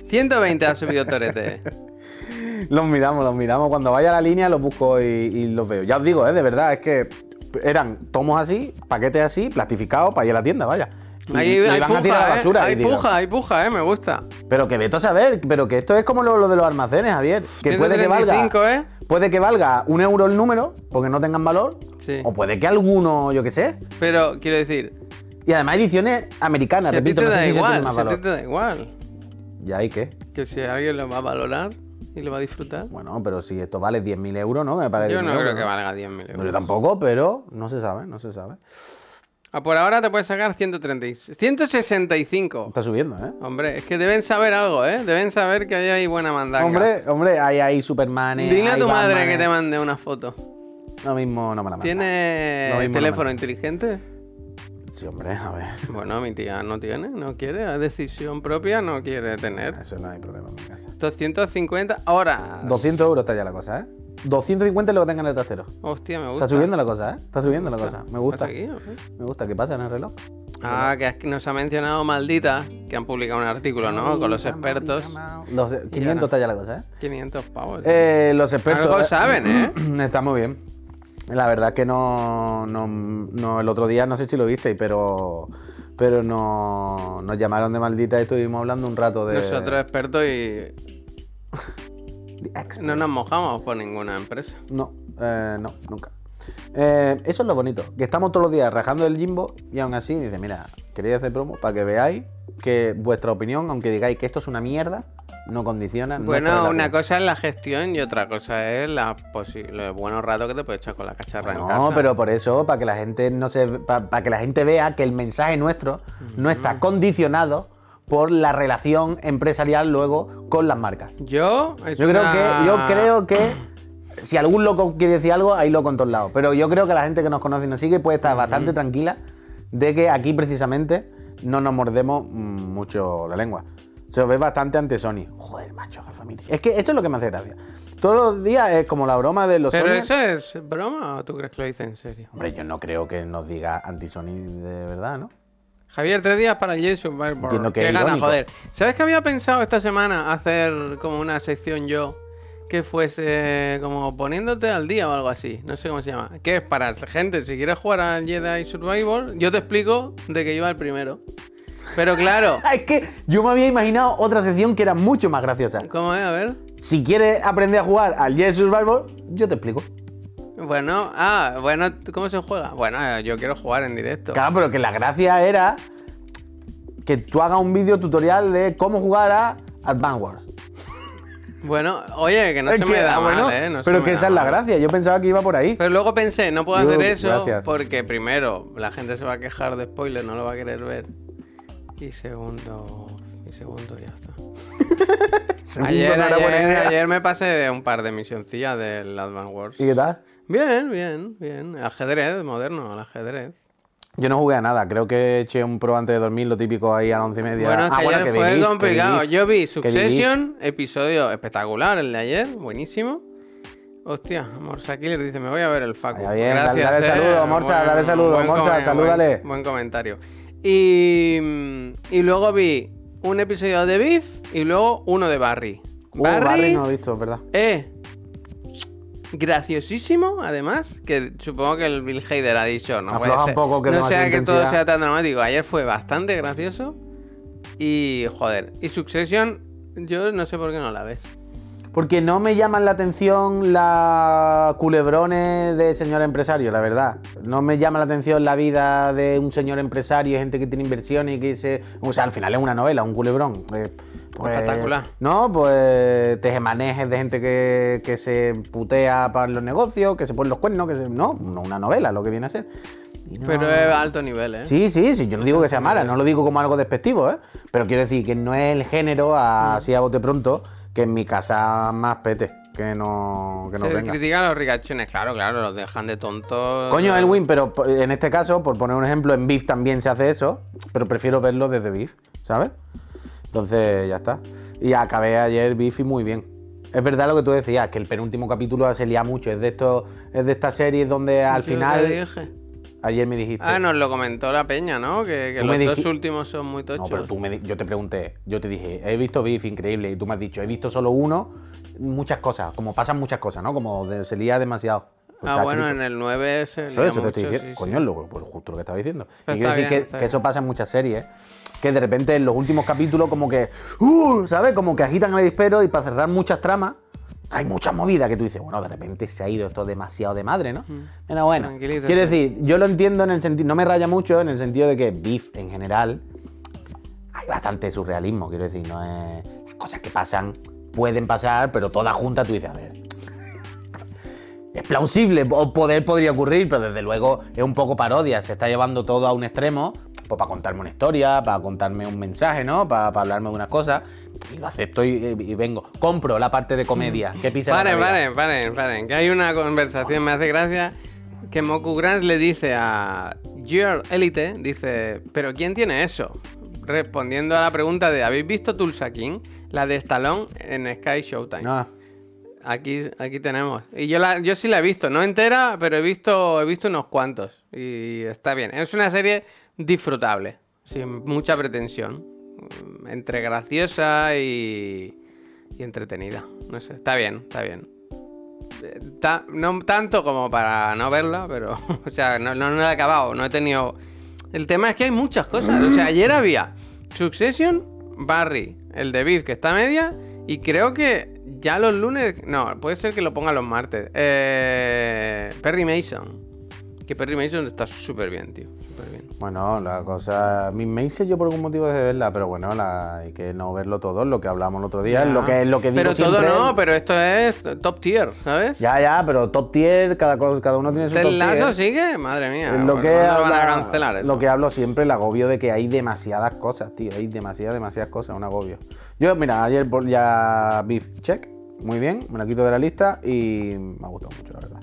Speaker 2: 120 ha subido Torete.
Speaker 1: Los miramos, los miramos. Cuando vaya a la línea los busco y, y los veo. Ya os digo, eh, de verdad, es que eran tomos así, paquetes así, plastificados para ir a la tienda, vaya. Y,
Speaker 2: Ahí
Speaker 1: y
Speaker 2: hay
Speaker 1: van
Speaker 2: puja,
Speaker 1: a tirar a la
Speaker 2: eh.
Speaker 1: basura.
Speaker 2: Hay
Speaker 1: y digo,
Speaker 2: puja, hay puja, eh, me gusta.
Speaker 1: Pero que veto a saber, pero que esto es como lo, lo de los almacenes, Javier. Que puede que valga.
Speaker 2: 135, ¿eh?
Speaker 1: Puede que valga un euro el número, porque no tengan valor.
Speaker 2: Sí.
Speaker 1: O puede que alguno, yo qué sé.
Speaker 2: Pero quiero decir,
Speaker 1: Y además ediciones americanas,
Speaker 2: si a ti
Speaker 1: repito,
Speaker 2: te
Speaker 1: no sé
Speaker 2: da
Speaker 1: si eso tiene
Speaker 2: igual,
Speaker 1: más
Speaker 2: si a ti
Speaker 1: valor.
Speaker 2: te da igual,
Speaker 1: ¿Y ahí qué?
Speaker 2: que si alguien lo va a valorar y lo va a disfrutar.
Speaker 1: Bueno, pero si esto vale 10.000 euros, ¿no? Que me pague
Speaker 2: Yo
Speaker 1: 10.000
Speaker 2: no creo
Speaker 1: euros,
Speaker 2: que valga 10.000
Speaker 1: No, yo
Speaker 2: euros.
Speaker 1: tampoco, pero no se sabe, no se sabe.
Speaker 2: Ah, por ahora te puedes sacar 136. 165.
Speaker 1: Está subiendo, ¿eh?
Speaker 2: Hombre, es que deben saber algo, ¿eh? Deben saber que ahí hay buena mandanga.
Speaker 1: Hombre, hombre, hay ahí Superman.
Speaker 2: Dile a tu madre que te mande una foto.
Speaker 1: Lo mismo no me la manda. No,
Speaker 2: ¿Tiene
Speaker 1: mismo no
Speaker 2: teléfono
Speaker 1: me-
Speaker 2: inteligente?
Speaker 1: Sí, hombre, a ver.
Speaker 2: Bueno, mi tía no tiene, no quiere. A decisión propia no quiere tener.
Speaker 1: Eso no hay problema en mi casa.
Speaker 2: 250 horas.
Speaker 1: 200 euros está ya la cosa, ¿eh? 250 es lo que tengan en el trastero.
Speaker 2: Hostia, me gusta.
Speaker 1: Está subiendo la cosa, ¿eh? Está subiendo la
Speaker 2: gusta.
Speaker 1: cosa. Me gusta.
Speaker 2: ¿Pasa aquí, o qué?
Speaker 1: Me gusta. ¿Qué pasa en el reloj?
Speaker 2: Ah, que aquí nos ha mencionado Maldita, que han publicado un artículo, ¿no? Con los expertos.
Speaker 1: Los 500 está ya la cosa, ¿eh?
Speaker 2: 500 pavos.
Speaker 1: Eh, los expertos.
Speaker 2: Algo saben, ¿eh?
Speaker 1: <clears throat> Está muy bien. La verdad es que no, no, no- El otro día no sé si lo visteis, pero. Pero no, nos llamaron de maldita y estuvimos hablando un rato de.
Speaker 2: Nosotros expertos y
Speaker 1: de ex-
Speaker 2: no nos mojamos por ninguna empresa.
Speaker 1: No, eh, no, nunca. Eh, eso es lo bonito, que estamos todos los días rajando el Jimbo y aún así dice, mira, quería hacer promo para que veáis que vuestra opinión, aunque digáis que esto es una mierda, no condiciona. nuestra
Speaker 2: Bueno,
Speaker 1: relación".
Speaker 2: una cosa es la gestión y otra cosa es la posi- los buenos ratos que te puedes echar con la cacharra en
Speaker 1: No,
Speaker 2: casa.
Speaker 1: pero por eso, para que la gente no se para, que la gente vea que el mensaje nuestro no está condicionado por la relación empresarial luego con las marcas.
Speaker 2: Yo, es
Speaker 1: Yo creo
Speaker 2: una-
Speaker 1: que yo creo que si algún loco quiere decir algo, hay loco en todos lados, pero yo creo que la gente que nos conoce y nos sigue puede estar bastante tranquila de que aquí precisamente no nos mordemos mm, mucho la lengua. Se os ve bastante ante Sony. Joder, macho, Alpha Midi. Es que esto es lo que me hace gracia. Todos los días es como la broma de los
Speaker 2: Pero
Speaker 1: Sony.
Speaker 2: eso es broma o tú crees que lo dice en serio?
Speaker 1: Hombre, yo no creo que nos diga anti-Sony de verdad, ¿no?
Speaker 2: Javier, tres días para el Jason Barbour.
Speaker 1: Entiendo que
Speaker 2: Qué
Speaker 1: es
Speaker 2: gana,
Speaker 1: irónico.
Speaker 2: joder. ¿Sabes que había pensado esta semana hacer como una sección yo que fuese como poniéndote al día o algo así? No sé cómo se llama. Que es para gente, si quieres jugar al Jedi Survivor, yo te explico de que iba el primero. Pero claro,
Speaker 1: Ah, Es que yo me había imaginado otra sección que era mucho más graciosa.
Speaker 2: ¿cómo es? A ver.
Speaker 1: Si quieres aprender a jugar al Jedi Survival, yo te explico.
Speaker 2: Bueno, ah, bueno, ¿cómo se juega? Bueno, eh, yo quiero jugar en directo.
Speaker 1: Claro, pero que la gracia era que tú hagas un vídeo tutorial de cómo jugar a Advance Wars.
Speaker 2: Bueno, oye, que no
Speaker 1: Es
Speaker 2: se
Speaker 1: que,
Speaker 2: me da
Speaker 1: ah, bueno,
Speaker 2: mal, ¿eh? No se
Speaker 1: pero
Speaker 2: me
Speaker 1: que
Speaker 2: da
Speaker 1: esa es la
Speaker 2: mal.
Speaker 1: gracia. Yo pensaba que iba por ahí.
Speaker 2: Pero luego pensé, no puedo
Speaker 1: Yo,
Speaker 2: hacer eso
Speaker 1: gracias.
Speaker 2: porque primero la gente se va a quejar de spoiler, no lo va a querer ver. Y segundo, y segundo ya está.
Speaker 1: Segundo,
Speaker 2: Ayer,
Speaker 1: no era buena
Speaker 2: ayer,
Speaker 1: idea.
Speaker 2: ayer me pasé un par de misioncillas del Advance Wars.
Speaker 1: ¿Y qué tal?
Speaker 2: Bien, bien, bien. Ajedrez, moderno, el ajedrez.
Speaker 1: Yo no jugué a nada. Creo que eché un pro antes de dormir, lo típico ahí a las once y media.
Speaker 2: Bueno, es que
Speaker 1: Ah,
Speaker 2: ayer
Speaker 1: que
Speaker 2: fue
Speaker 1: vivís, que
Speaker 2: complicado.
Speaker 1: vivís,
Speaker 2: Yo vi
Speaker 1: que vivís.
Speaker 2: Succession, episodio espectacular el de ayer, buenísimo. Hostia, Morsa Killer dice, me voy a ver el Facu. eh.
Speaker 1: Vaya bien, dale- dale saludo, Morsa, dale saludo, Morsa,
Speaker 2: comen-
Speaker 1: salúdale.
Speaker 2: Buen, buen comentario. Y, mm, y luego vi un episodio de Beef y luego uno de Barry.
Speaker 1: Uh,
Speaker 2: Barry,
Speaker 1: Barry no lo he visto, es verdad.
Speaker 2: eh, graciosísimo, además, que supongo que el Bill Hader ha dicho, no puede
Speaker 1: Afloja un
Speaker 2: ser-
Speaker 1: poco, que
Speaker 2: no
Speaker 1: no
Speaker 2: sea
Speaker 1: hace
Speaker 2: que todo
Speaker 1: intensidad.
Speaker 2: sea tan dramático. Ayer fue bastante gracioso y, joder, y Succession, yo no sé por qué no la ves.
Speaker 1: Porque no me llaman la atención la culebrones de señor empresario, la verdad. No me llama la atención la vida de un señor empresario, gente que tiene inversiones y que se... O sea, al final es una novela, un culebrón. Eh,
Speaker 2: Espectacular.
Speaker 1: No, pues tejemanejes de gente que, que se putea para los negocios, que se ponen los cuernos, que se... No, no una novela lo que viene a ser. Y no-
Speaker 2: Pero es alto nivel, ¿eh?
Speaker 1: Sí, sí, sí, yo no digo que sea mala, no lo digo como algo despectivo, ¿eh? Pero quiero decir que no es el género, a- así a bote pronto, que en mi casa más pete, que no, que no
Speaker 2: Se
Speaker 1: venga.
Speaker 2: critican a los ricachones, claro, claro, los dejan de tontos.
Speaker 1: Coño, Elwin, pero po- en este caso, por poner un ejemplo, en Beef también se hace eso, pero prefiero verlo desde Beef, ¿sabes? Entonces, ya está. Y acabé ayer Bifi muy bien. Es verdad lo que tú decías, que el penúltimo capítulo se lía mucho. Es de estos, es de estas series donde al
Speaker 2: Yo te
Speaker 1: final.
Speaker 2: dije.
Speaker 1: Ayer me dijiste.
Speaker 2: Ah, nos lo comentó la peña, ¿no? Que, que
Speaker 1: Tú
Speaker 2: los
Speaker 1: me
Speaker 2: dos
Speaker 1: dijiste-
Speaker 2: últimos son muy tochos.
Speaker 1: No, pero tú me di- yo te pregunté, yo te dije, he visto Beef increíble y tú me has dicho, he visto solo uno, muchas cosas, como pasan muchas cosas, ¿no? Como de- se lía demasiado. Pues
Speaker 2: ah,
Speaker 1: está
Speaker 2: bueno,
Speaker 1: escrito.
Speaker 2: en el 9 se
Speaker 1: Eso,
Speaker 2: lía
Speaker 1: eso te estoy
Speaker 2: mucho,
Speaker 1: diciendo.
Speaker 2: sí, sí.
Speaker 1: Coño, lo- pues justo lo que estaba diciendo.
Speaker 2: Pero
Speaker 1: y quiero
Speaker 2: está
Speaker 1: decir
Speaker 2: bien,
Speaker 1: que,
Speaker 2: está
Speaker 1: que eso
Speaker 2: bien.
Speaker 1: pasa en muchas series, que de repente en los últimos capítulos como que, ¡uh! ¿sabes? Como que agitan el dispero y para cerrar muchas tramas. Hay muchas movidas que tú dices, bueno, de repente se ha ido esto demasiado de madre, ¿no? Pero bueno,
Speaker 2: Mm. Tranquilízate.
Speaker 1: quiero decir, yo lo entiendo en el sentido, no me raya mucho en el sentido de que Beef en general hay bastante surrealismo, quiero decir, no es. Las cosas que pasan pueden pasar, pero todas juntas tú dices, a ver. Es plausible, o poder podría ocurrir, pero desde luego es un poco parodia. Se está llevando todo a un extremo, pues para contarme una historia, para contarme un mensaje, ¿no? Para, para hablarme de unas cosas. Y lo acepto y, eh, y vengo. Compro la parte de
Speaker 2: Mm.
Speaker 1: comedia. ¿Qué pisa la
Speaker 2: Paren,
Speaker 1: realidad.
Speaker 2: paren, paren, paren. Que hay una conversación, me hace gracia, que Moku Grants le dice a Your Elite, dice, ¿pero quién tiene eso? Respondiendo a la pregunta de, ¿habéis visto Tulsa King? La de Stallone en Sky Showtime.
Speaker 1: No,
Speaker 2: Aquí, aquí tenemos. Y yo, la, yo sí la he visto, no entera, pero he visto, he visto unos cuantos. Y está bien. Es una serie disfrutable, sin mucha pretensión. Mm, Entre graciosa y, y entretenida. No sé, está bien, está bien. Eh, ta- no tanto como para no verla, pero. <laughs> O sea, no, no, no la he acabado, no he tenido. El tema es que hay muchas cosas. O sea, ayer había Succession, Barry, el de Viv, que está a media, y creo que ya los lunes. No, puede ser que lo ponga los martes. Eh, Perry Mason. Que Perry Mason está súper bien, tío. Súper bien.
Speaker 1: Bueno, la cosa. Me, me hice yo por algún motivo de verla, pero bueno, la- hay que no verlo todo, lo que hablamos el otro día, es lo que, lo que digo
Speaker 2: Pero todo
Speaker 1: siempre.
Speaker 2: no, pero esto es top tier, ¿sabes?
Speaker 1: Ya, ya, pero top tier, cada, co- cada uno tiene su top
Speaker 2: ¿Ted Lasso
Speaker 1: tier.
Speaker 2: sigue? Madre mía.
Speaker 1: Es lo
Speaker 2: ¿por
Speaker 1: que,
Speaker 2: cuándo Ah, lo van a
Speaker 1: habla-
Speaker 2: cancelar. esto?
Speaker 1: lo que hablo siempre, el agobio de que hay demasiadas cosas, tío. Hay demasiadas, demasiadas cosas, un agobio. Yo, mira, ayer por- ya vi check, muy bien, me lo quito de la lista y me ha gustado mucho, la verdad.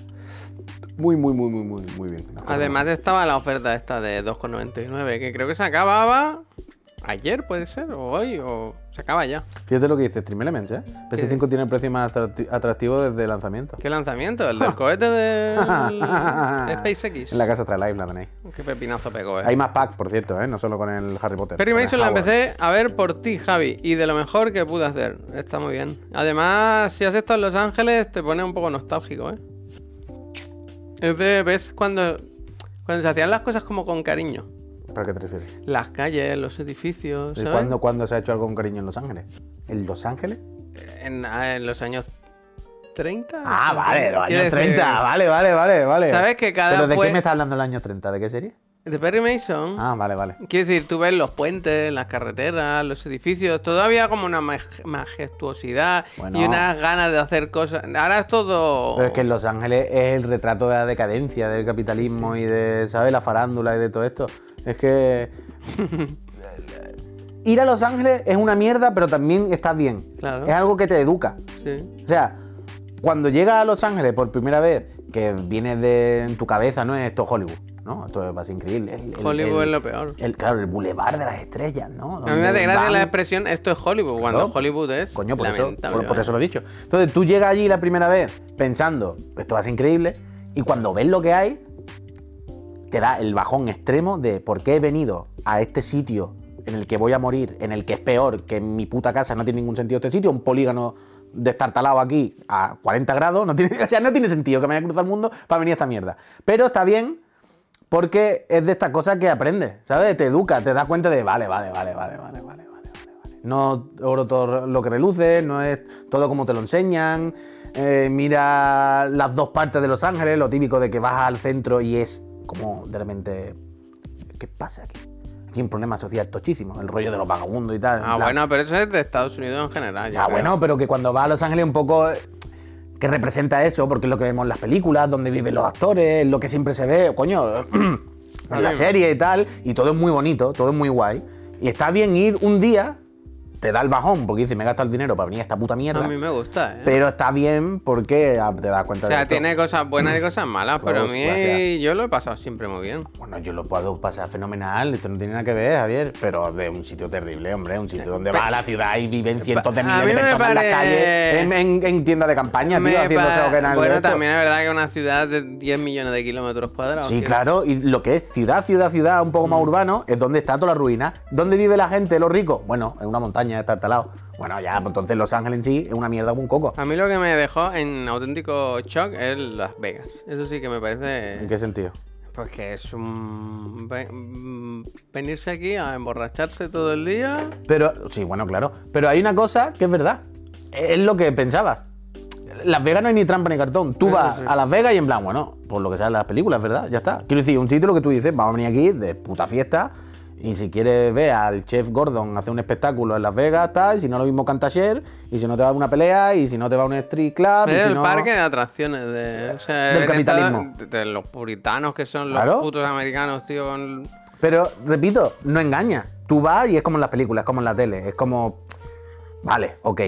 Speaker 1: Muy, muy, muy, muy, muy, muy bien. Las cosas
Speaker 2: Además estaba la oferta esta de 2,99, que creo que se acababa ayer, puede ser, o hoy, o se acaba ya.
Speaker 1: Fíjate lo que dice Stream Elements, ¿eh? PS5 tiene el precio más atracti- atractivo desde el lanzamiento.
Speaker 2: ¿Qué lanzamiento? ¿El del cohete
Speaker 1: <laughs>
Speaker 2: de Mm, SpaceX?
Speaker 1: En la casa trae live la tenéis.
Speaker 2: Qué pepinazo pegó, eh.
Speaker 1: Hay más packs, por cierto, ¿eh? No solo con el Harry Potter.
Speaker 2: Perry
Speaker 1: con el
Speaker 2: Mason la
Speaker 1: Howard.
Speaker 2: empecé a ver por ti, Javi, y de lo mejor que pude hacer. Está muy bien. Además, si has estado en Los Ángeles, te pone un poco nostálgico, ¿eh? Es de, ves cuando, cuando se hacían las cosas como con cariño.
Speaker 1: ¿Pero a qué te refieres?
Speaker 2: Las calles, los edificios,
Speaker 1: ¿De
Speaker 2: ¿sabes?
Speaker 1: ¿Cuándo, cuándo se ha hecho algo con cariño en Los Ángeles? ¿En Los Ángeles?
Speaker 2: En, ah, en los años 30.
Speaker 1: Ah, vale, los
Speaker 2: Quiero
Speaker 1: años
Speaker 2: decir,
Speaker 1: 30. Vale, vale, vale, vale.
Speaker 2: ¿Sabes que cada
Speaker 1: ¿Pero de
Speaker 2: pue- Mm.
Speaker 1: qué me estás hablando el año 30? ¿De qué serie?
Speaker 2: De Perry Mason.
Speaker 1: Ah, vale, vale.
Speaker 2: Quiero decir, tú ves los puentes, las carreteras, los edificios, todavía como una maj- majestuosidad
Speaker 1: Bueno.
Speaker 2: y unas ganas de hacer cosas. Ahora es todo.
Speaker 1: Pero es que en Los Ángeles es el retrato de la decadencia del capitalismo y de, ¿sabes? La farándula y de todo esto. Es
Speaker 2: <laughs>
Speaker 1: que... Ir a Los Ángeles es una mierda, pero también está bien.
Speaker 2: Claro.
Speaker 1: Es algo que te educa.
Speaker 2: Sí.
Speaker 1: O sea, cuando llegas a Los Ángeles por primera vez, que vienes de en tu cabeza, no es esto Hollywood, ¿no? Esto va a ser increíble. El- el-
Speaker 2: Hollywood
Speaker 1: el-
Speaker 2: es lo peor.
Speaker 1: el- claro, el bulevar de las estrellas, ¿no?
Speaker 2: A mí me hace
Speaker 1: Donde
Speaker 2: gracia
Speaker 1: van-
Speaker 2: la expresión esto es Hollywood, cuando
Speaker 1: Claro.
Speaker 2: Hollywood es.
Speaker 1: Coño, por eso,
Speaker 2: lamentable,
Speaker 1: por- por
Speaker 2: ¿eh?
Speaker 1: eso lo he dicho. Entonces tú llegas allí la primera vez pensando, esto va a ser increíble, y cuando ves lo que hay, te da el bajón extremo de por qué he venido a este sitio en el que voy a morir, en el que es peor, que en mi puta casa no tiene ningún sentido este sitio, un polígono destartalado aquí a 40 grados, no tiene, <laughs> o sea, no tiene sentido que me haya cruzado el mundo para venir a esta mierda. Pero está bien porque es de estas cosas que aprendes, ¿sabes? Te educa, te das cuenta de, vale, vale, vale, vale, vale, vale, vale, vale. vale. No oro todo lo que reluce, no es todo como te lo enseñan. eh, mira las dos partes de Los Ángeles, lo típico de que vas al centro y es como de repente, ¿qué pasa aquí? Aquí hay un problema social tochísimo, el rollo de los vagabundos y tal.
Speaker 2: Ah,
Speaker 1: la-
Speaker 2: bueno, pero eso es de Estados Unidos en general. yo
Speaker 1: Ah,
Speaker 2: creo.
Speaker 1: bueno, pero que cuando va a Los Ángeles un poco eh, que representa eso, porque es lo que vemos en las películas, donde viven los actores, lo que siempre se ve, coño, <clears throat> en la serie y tal, y todo es muy bonito, todo es muy guay. Y está bien ir un día te da el bajón porque dices, me he gastado el dinero para venir a esta puta mierda.
Speaker 2: A mí me gusta, ¿eh?
Speaker 1: Pero está bien porque ah, te das cuenta
Speaker 2: o
Speaker 1: de
Speaker 2: sea,
Speaker 1: esto.
Speaker 2: tiene cosas buenas y cosas malas, pero a
Speaker 1: Pues,
Speaker 2: mí
Speaker 1: gracias.
Speaker 2: yo lo he pasado siempre muy bien.
Speaker 1: Bueno, yo lo puedo pasar fenomenal, esto no tiene nada que ver, Javier, pero de un sitio terrible, hombre, un sitio donde vas a la ciudad y viven cientos de
Speaker 2: Eh, a
Speaker 1: miles
Speaker 2: mí
Speaker 1: de
Speaker 2: me
Speaker 1: personas en
Speaker 2: pare-
Speaker 1: las calles, en, en- en tiendas de campaña,
Speaker 2: Me
Speaker 1: tío, haciéndose
Speaker 2: pa-
Speaker 1: hogueras en el
Speaker 2: bueno,
Speaker 1: esto.
Speaker 2: también es verdad que es una ciudad de 10 millones de kilómetros cuadrados.
Speaker 1: Sí,
Speaker 2: que- Mm.
Speaker 1: claro, y lo que es ciudad, ciudad, ciudad, un poco más urbano, es donde está toda la ruina. ¿Dónde vive la gente, los ricos? Bueno, en una montaña, estartalado. Bueno, ya, pues entonces Los Ángeles en sí es una mierda como un coco.
Speaker 2: A mí lo que me dejó en auténtico shock es Las Vegas. Eso sí que me parece...
Speaker 1: ¿En qué sentido?
Speaker 2: Porque es un... ve- mm, Venirse aquí a emborracharse todo el día...
Speaker 1: Pero, sí, bueno, claro. Pero hay una cosa que es verdad. Es lo que pensabas. Las Vegas no hay ni trampa ni cartón. Tú
Speaker 2: Eso
Speaker 1: vas
Speaker 2: sí.
Speaker 1: a Las Vegas y en plan, bueno, por lo que sea de las películas, ¿verdad? Ya está. Quiero decir, un sitio lo que tú dices, vamos a venir aquí de puta fiesta. Y si quieres ver al chef Gordon hacer un espectáculo en Las Vegas, tal. y Si no lo mismo canta Cher. Y si no te va a una pelea. Y si no te va a un street club. y
Speaker 2: Es
Speaker 1: si
Speaker 2: el
Speaker 1: no-
Speaker 2: parque de atracciones de, o sea,
Speaker 1: Del
Speaker 2: de-
Speaker 1: capitalismo.
Speaker 2: De, de los puritanos que son los
Speaker 1: Claro.
Speaker 2: putos americanos, tío. Con...
Speaker 1: Pero, repito, no engaña. Tú vas y es como en las películas, es como en la tele. Es como. Vale, ok.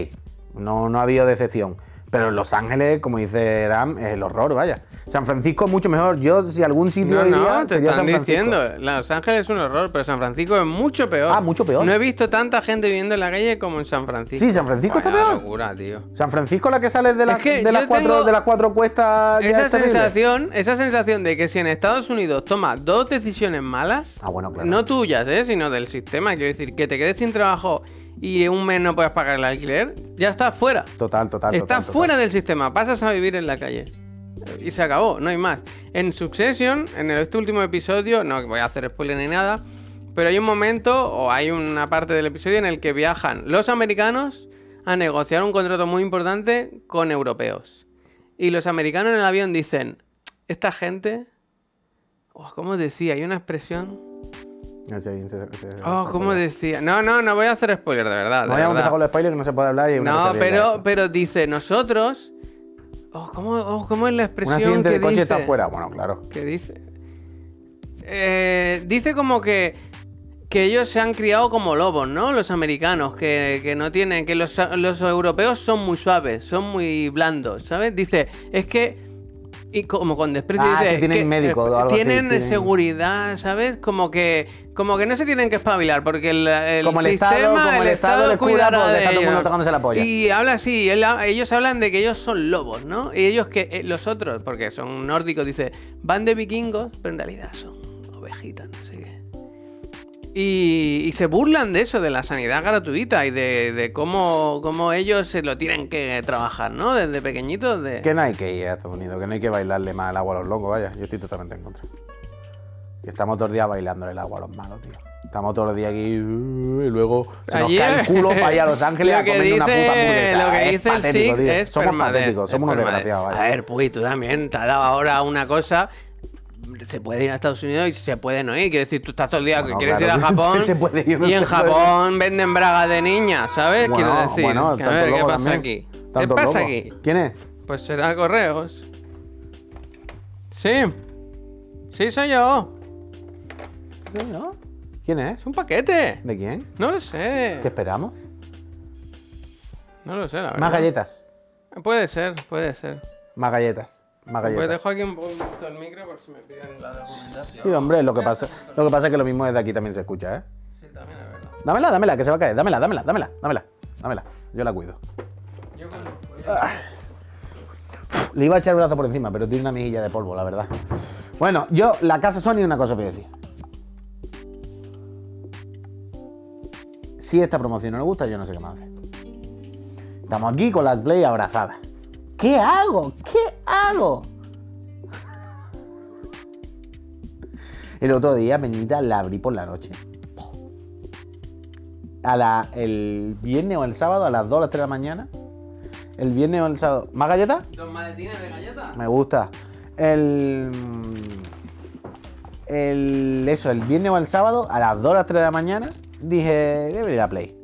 Speaker 1: No, no ha habido decepción. Pero en Los Ángeles, como dice Ram, es el horror, vaya. San Francisco mucho mejor. Yo, si algún sitio.
Speaker 2: No,
Speaker 1: iría,
Speaker 2: no, te
Speaker 1: sería San
Speaker 2: están
Speaker 1: Francisco.
Speaker 2: diciendo. Los Ángeles es un horror, pero San Francisco es mucho peor.
Speaker 1: Ah, mucho peor.
Speaker 2: No he visto tanta gente viviendo en la calle como en San Francisco.
Speaker 1: Sí, San Francisco está
Speaker 2: Vaya
Speaker 1: peor.
Speaker 2: locura, tío.
Speaker 1: San Francisco, la que sales de, las-
Speaker 2: Es que
Speaker 1: de, las
Speaker 2: yo
Speaker 1: cuatro,
Speaker 2: tengo
Speaker 1: de las cuatro cuestas. ya
Speaker 2: Esa
Speaker 1: es terrible.
Speaker 2: sensación, esa sensación de que si en Estados Unidos toma dos decisiones malas,
Speaker 1: Ah, bueno, claro.
Speaker 2: no tuyas, ¿eh? sino del sistema, quiero decir, que te quedes sin trabajo y un mes no puedes pagar el alquiler, ya estás fuera.
Speaker 1: Total, total.
Speaker 2: Estás
Speaker 1: total, total.
Speaker 2: fuera del sistema, pasas a vivir en la calle. Y se acabó, no hay más. En Succession, en el- este último episodio, no voy a hacer spoiler ni nada, pero hay un momento o hay una parte del episodio en el que viajan los americanos a negociar un contrato muy importante con europeos. Y los americanos en el avión dicen, esta gente, oh, ¿cómo decía? Hay una expresión.
Speaker 1: No sé, bien, se- se- se-
Speaker 2: Oh, ¿cómo decía? No, no, no voy a hacer spoiler, de verdad. de
Speaker 1: No vayamos a
Speaker 2: verdad.
Speaker 1: empezar con los spoilers que no se puede hablar. y una
Speaker 2: No,
Speaker 1: cosa bien, ya
Speaker 2: pero,
Speaker 1: está.
Speaker 2: pero dice nosotros. Oh, ¿cómo, oh, ¿Cómo es la
Speaker 1: Un
Speaker 2: expresión?
Speaker 1: accidente
Speaker 2: que
Speaker 1: de coche
Speaker 2: dice?
Speaker 1: está fuera. Bueno, claro.
Speaker 2: Que dice. Eh, dice como que. Que ellos se han criado como lobos, ¿no? Los americanos, que, que no tienen. Que los, los europeos son muy suaves, son muy blandos, ¿sabes? Dice, es que. Y como con desprecio
Speaker 1: Ah,
Speaker 2: dice. eh,
Speaker 1: que tienen médico o algo así,
Speaker 2: tienen
Speaker 1: tienen-
Speaker 2: seguridad, ¿sabes? Como que. Como que no se tienen que espabilar, porque el, el
Speaker 1: Como el
Speaker 2: sistema,
Speaker 1: Estado- como el Estado les cura
Speaker 2: cuidará
Speaker 1: por
Speaker 2: de
Speaker 1: dejar a todo el mundo
Speaker 2: ellos.
Speaker 1: tocándose la polla.
Speaker 2: Y y habla así, él ha- ellos hablan de que ellos son lobos, ¿no? Y ellos que eh, los otros, porque son nórdicos, dice, van de vikingos, pero en realidad son ovejitas, no sé qué. Y, y se burlan de eso, de la sanidad gratuita y de, de cómo, cómo ellos se lo tienen que trabajar, ¿no? Desde pequeñitos. De...
Speaker 1: Que no hay que ir a Estados Unidos, que no hay que bailarle más el agua a los locos, vaya. Yo estoy totalmente en contra. Que estamos todos los días bailándole el agua a los malos, tío. Estamos todos los días aquí uh, y luego se nos
Speaker 2: Ayer-
Speaker 1: cae el culo para ir a Los Ángeles
Speaker 2: <laughs> Lo
Speaker 1: a
Speaker 2: que
Speaker 1: comer una puta
Speaker 2: dice-
Speaker 1: hamburguesa.
Speaker 2: Lo que
Speaker 1: Es
Speaker 2: dice el
Speaker 1: patético,
Speaker 2: SIC
Speaker 1: tío.
Speaker 2: es
Speaker 1: Somos
Speaker 2: permadez,
Speaker 1: patéticos,
Speaker 2: es
Speaker 1: somos unos
Speaker 2: permadez.
Speaker 1: desgraciados, vaya.
Speaker 2: A ver, Puy, tú también te has dado ahora una cosa. Se puede ir a Estados Unidos y se puede no ir. Quiero decir, tú estás todo el día
Speaker 1: Bueno,
Speaker 2: que quieres
Speaker 1: claro, <laughs>
Speaker 2: ir a Japón
Speaker 1: se puede ir, no
Speaker 2: y en
Speaker 1: se puede.
Speaker 2: Japón venden bragas de niña, ¿sabes?
Speaker 1: Bueno,
Speaker 2: Quiero decir,
Speaker 1: bueno,
Speaker 2: que a
Speaker 1: tanto
Speaker 2: ver, ¿qué
Speaker 1: loco
Speaker 2: pasa
Speaker 1: también.
Speaker 2: aquí? ¿Qué
Speaker 1: Tanto
Speaker 2: pasa
Speaker 1: loco.
Speaker 2: aquí?
Speaker 1: ¿Quién es?
Speaker 2: Pues será correos. Sí. Sí, soy yo.
Speaker 1: Sí, ¿no? ¿Quién es?
Speaker 2: Es un paquete.
Speaker 1: ¿De quién?
Speaker 2: No lo sé.
Speaker 1: ¿Qué esperamos?
Speaker 2: No lo sé, la verdad.
Speaker 1: Más galletas.
Speaker 2: Puede ser, puede ser.
Speaker 1: Más galletas. Más
Speaker 2: Pues
Speaker 1: galletas.
Speaker 2: dejo aquí un poquito el micro por si me piden la documentación.
Speaker 1: Sí, hombre, lo que pasa, lo que pasa es que lo mismo desde aquí también se escucha, ¿eh?
Speaker 2: Sí, también es verdad.
Speaker 1: Dámela, dámela, que se va a caer. Dámela, dámela, dámela, dámela. Dámela. Yo la cuido.
Speaker 2: Yo con-
Speaker 1: Le iba a echar el brazo por encima, pero tiene una mejilla de polvo, la verdad. Bueno, yo, la casa Sony, una cosa voy a decir. Si esta promoción no le gusta, yo no sé qué más hacer. Estamos aquí con las Play abrazadas. ¿Qué hago? ¿Qué hago? El otro día, Peñita, la abrí por la noche. A la, el viernes o el sábado, a las 2 o las 3 de la mañana. El viernes o el sábado. ¿Más galletas?
Speaker 2: ¿Dos maletines de galletas?
Speaker 1: Me gusta. El. El. Eso, el viernes o el sábado, a las 2 o las 3 de la mañana, dije, voy a venir a Play.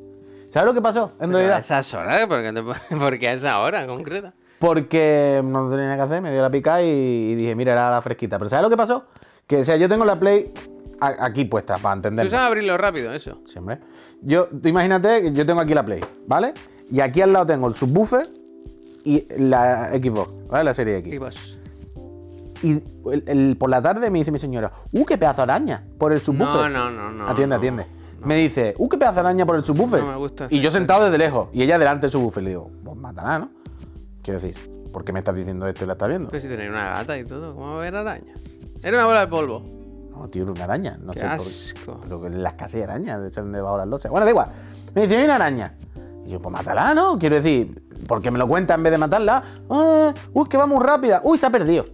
Speaker 1: ¿Sabes lo que pasó? En
Speaker 2: Pero a
Speaker 1: realidad.
Speaker 2: esas horas, ¿por qué, te <laughs> pon- por qué a esa hora en concreta?
Speaker 1: Porque no tenía nada que hacer, me dio la pica y, y dije, mira, era la fresquita. Pero ¿sabes lo que pasó? Que, o sea, yo tengo la Play a- aquí puestas para
Speaker 2: Tú
Speaker 1: entenderlo.
Speaker 2: sabes abrirlo rápido, eso.
Speaker 1: Siempre. Yo, tú imagínate que yo tengo aquí la Play, ¿vale? Y aquí al lado tengo el subwoofer y la Xbox, ¿vale? La serie X.
Speaker 2: Y vas.
Speaker 1: Y el- el- por la tarde me dice mi señora, ¡uh, qué pedazo de araña! Por el subwoofer.
Speaker 2: no, no, no,
Speaker 1: Atiende,
Speaker 2: no,
Speaker 1: atiende. Me dice, ¡uh, qué pedazo de araña por el subwoofer!
Speaker 2: No me gusta esa
Speaker 1: y yo sentado desde lejos, y ella delante del subwoofer. Le digo, pues matará, ¿no? Quiero decir, ¿por qué me estás diciendo esto y la estás viendo?
Speaker 2: Pero si tenéis una gata y todo, ¿cómo va a haber arañas? Era una bola de polvo.
Speaker 1: No, tío, era una araña. No
Speaker 2: Qué
Speaker 1: sé por-
Speaker 2: asco.
Speaker 1: Lo que- las casi arañas, de ser donde va ahora las losas. Bueno, da igual. Me dice, hay una araña. Y yo, pues matará, ¿no? Quiero decir, porque me lo cuenta en vez de matarla. Ah, uy, que va muy rápida. Uy, se ha perdido.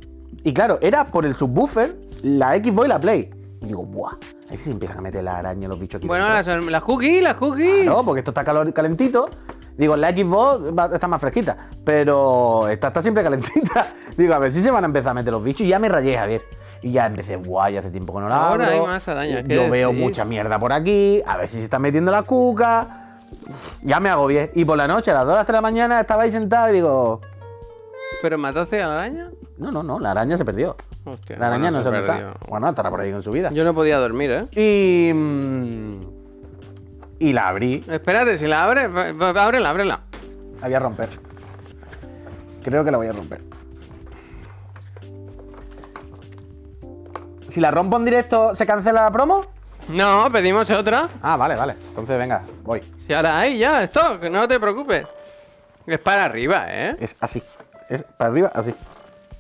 Speaker 1: Y claro, era por el subwoofer, la Xbox y la Play. Y digo, buah, ahí sí empiezan a meter la araña los bichos aquí.
Speaker 2: Bueno,
Speaker 1: dentro.
Speaker 2: las, las cookies, las cookies.
Speaker 1: Claro, porque esto está calor- calentito. Digo, la Xbox va- está más fresquita, pero esta está siempre <laughs> calentita. Digo, a ver si se van a empezar a meter los bichos. Y ya me rayé, Javier. Y ya empecé, guay, hace tiempo que no la
Speaker 2: Ahora
Speaker 1: abro.
Speaker 2: hay más arañas, ¿qué
Speaker 1: Yo veo
Speaker 2: decís?
Speaker 1: mucha mierda por aquí. A ver si se está metiendo la cuca. Ya me agobié. Y por la noche, a las 2 las 3 de la mañana, estaba ahí sentado y digo,
Speaker 2: ¿Pero mataste a la araña?
Speaker 1: no, no, no, la araña se perdió.
Speaker 2: Hostia.
Speaker 1: La araña
Speaker 2: bueno,
Speaker 1: no se, dónde está.
Speaker 2: perdió.
Speaker 1: Bueno, estará por ahí con su vida.
Speaker 2: Yo no podía dormir, ¿eh?
Speaker 1: Y. mm, Y la abrí.
Speaker 2: Espérate, si la abres, va- va- ábrela, ábrela.
Speaker 1: La voy a romper. Creo que la voy a romper. Si la rompo en directo, ¿se cancela la promo?
Speaker 2: No, pedimos otra.
Speaker 1: Ah, vale, vale. Entonces, venga, voy.
Speaker 2: Si ahora hay ya, esto, que no te preocupes. Es para arriba, ¿eh?
Speaker 1: Es así. Es para arriba, así.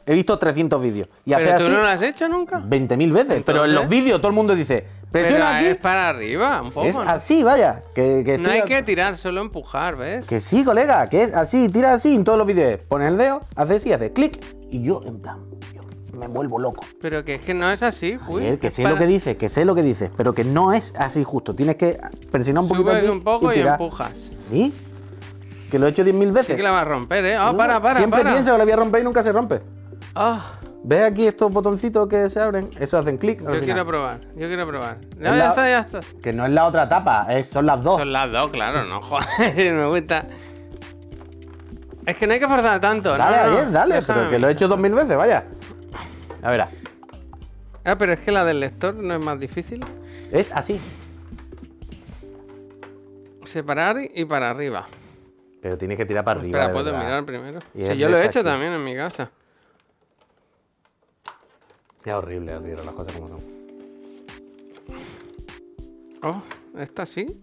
Speaker 1: He visto 300 vídeos. Y hace
Speaker 2: Pero tú
Speaker 1: así
Speaker 2: no lo has hecho nunca.
Speaker 1: 20.000 veces. Pero en los
Speaker 2: Entonces-
Speaker 1: vídeos todo el mundo dice,
Speaker 2: Pero
Speaker 1: presiona
Speaker 2: es
Speaker 1: aquí.
Speaker 2: para arriba, un poco.
Speaker 1: Es
Speaker 2: ¿no?
Speaker 1: así, vaya. Que, que
Speaker 2: No hay
Speaker 1: estoy-
Speaker 2: que tirar, solo empujar, ¿ves?
Speaker 1: Que sí, colega, que es así, tira así en todos los vídeos. Pones el dedo, haces así, haces clic. Y yo, en plan, yo me vuelvo loco.
Speaker 2: Pero que es que no es así, uy,
Speaker 1: Javier, que
Speaker 2: es
Speaker 1: sé
Speaker 2: para-
Speaker 1: lo que dices, que sé lo que dices, pero que no es así justo. Tienes que presionar un poquito
Speaker 2: Subes
Speaker 1: aquí
Speaker 2: un poco y,
Speaker 1: tirar.
Speaker 2: empujas.
Speaker 1: ¿Sí? Que lo he hecho 10.000 veces.
Speaker 2: Sí que la vas a romper, ¿eh? Ah,
Speaker 1: No,
Speaker 2: para, para,
Speaker 1: Uh, Siempre
Speaker 2: para.
Speaker 1: pienso que la voy a romper y nunca se rompe.
Speaker 2: Ah,
Speaker 1: ¿Ves aquí estos botoncitos que se abren? Eso hacen clic. al
Speaker 2: yo
Speaker 1: final.
Speaker 2: quiero probar, yo quiero probar. No,
Speaker 1: Es
Speaker 2: ya
Speaker 1: la-
Speaker 2: está, ya está.
Speaker 1: Que no es la otra tapa, es- son las dos.
Speaker 2: Son las dos, claro, no joder, <laughs> me gusta. Es que no hay que forzar tanto,
Speaker 1: Dale,
Speaker 2: no, no,
Speaker 1: Javier, dale,
Speaker 2: déjame
Speaker 1: pero que
Speaker 2: a mí.
Speaker 1: lo he hecho 2.000 veces, vaya. A ver,
Speaker 2: Ah, pero es que la del lector no es más difícil.
Speaker 1: es así.
Speaker 2: Separar y y para arriba.
Speaker 1: Pero tienes que tirar para arriba.
Speaker 2: Espera,
Speaker 1: de
Speaker 2: puedo
Speaker 1: verdad.
Speaker 2: mirar primero.
Speaker 1: Y
Speaker 2: Si
Speaker 1: es
Speaker 2: yo lo he
Speaker 1: de
Speaker 2: hecho
Speaker 1: aquí.
Speaker 2: también en mi casa.
Speaker 1: Es horrible, es horrible, las cosas como son.
Speaker 2: Oh, esta sí.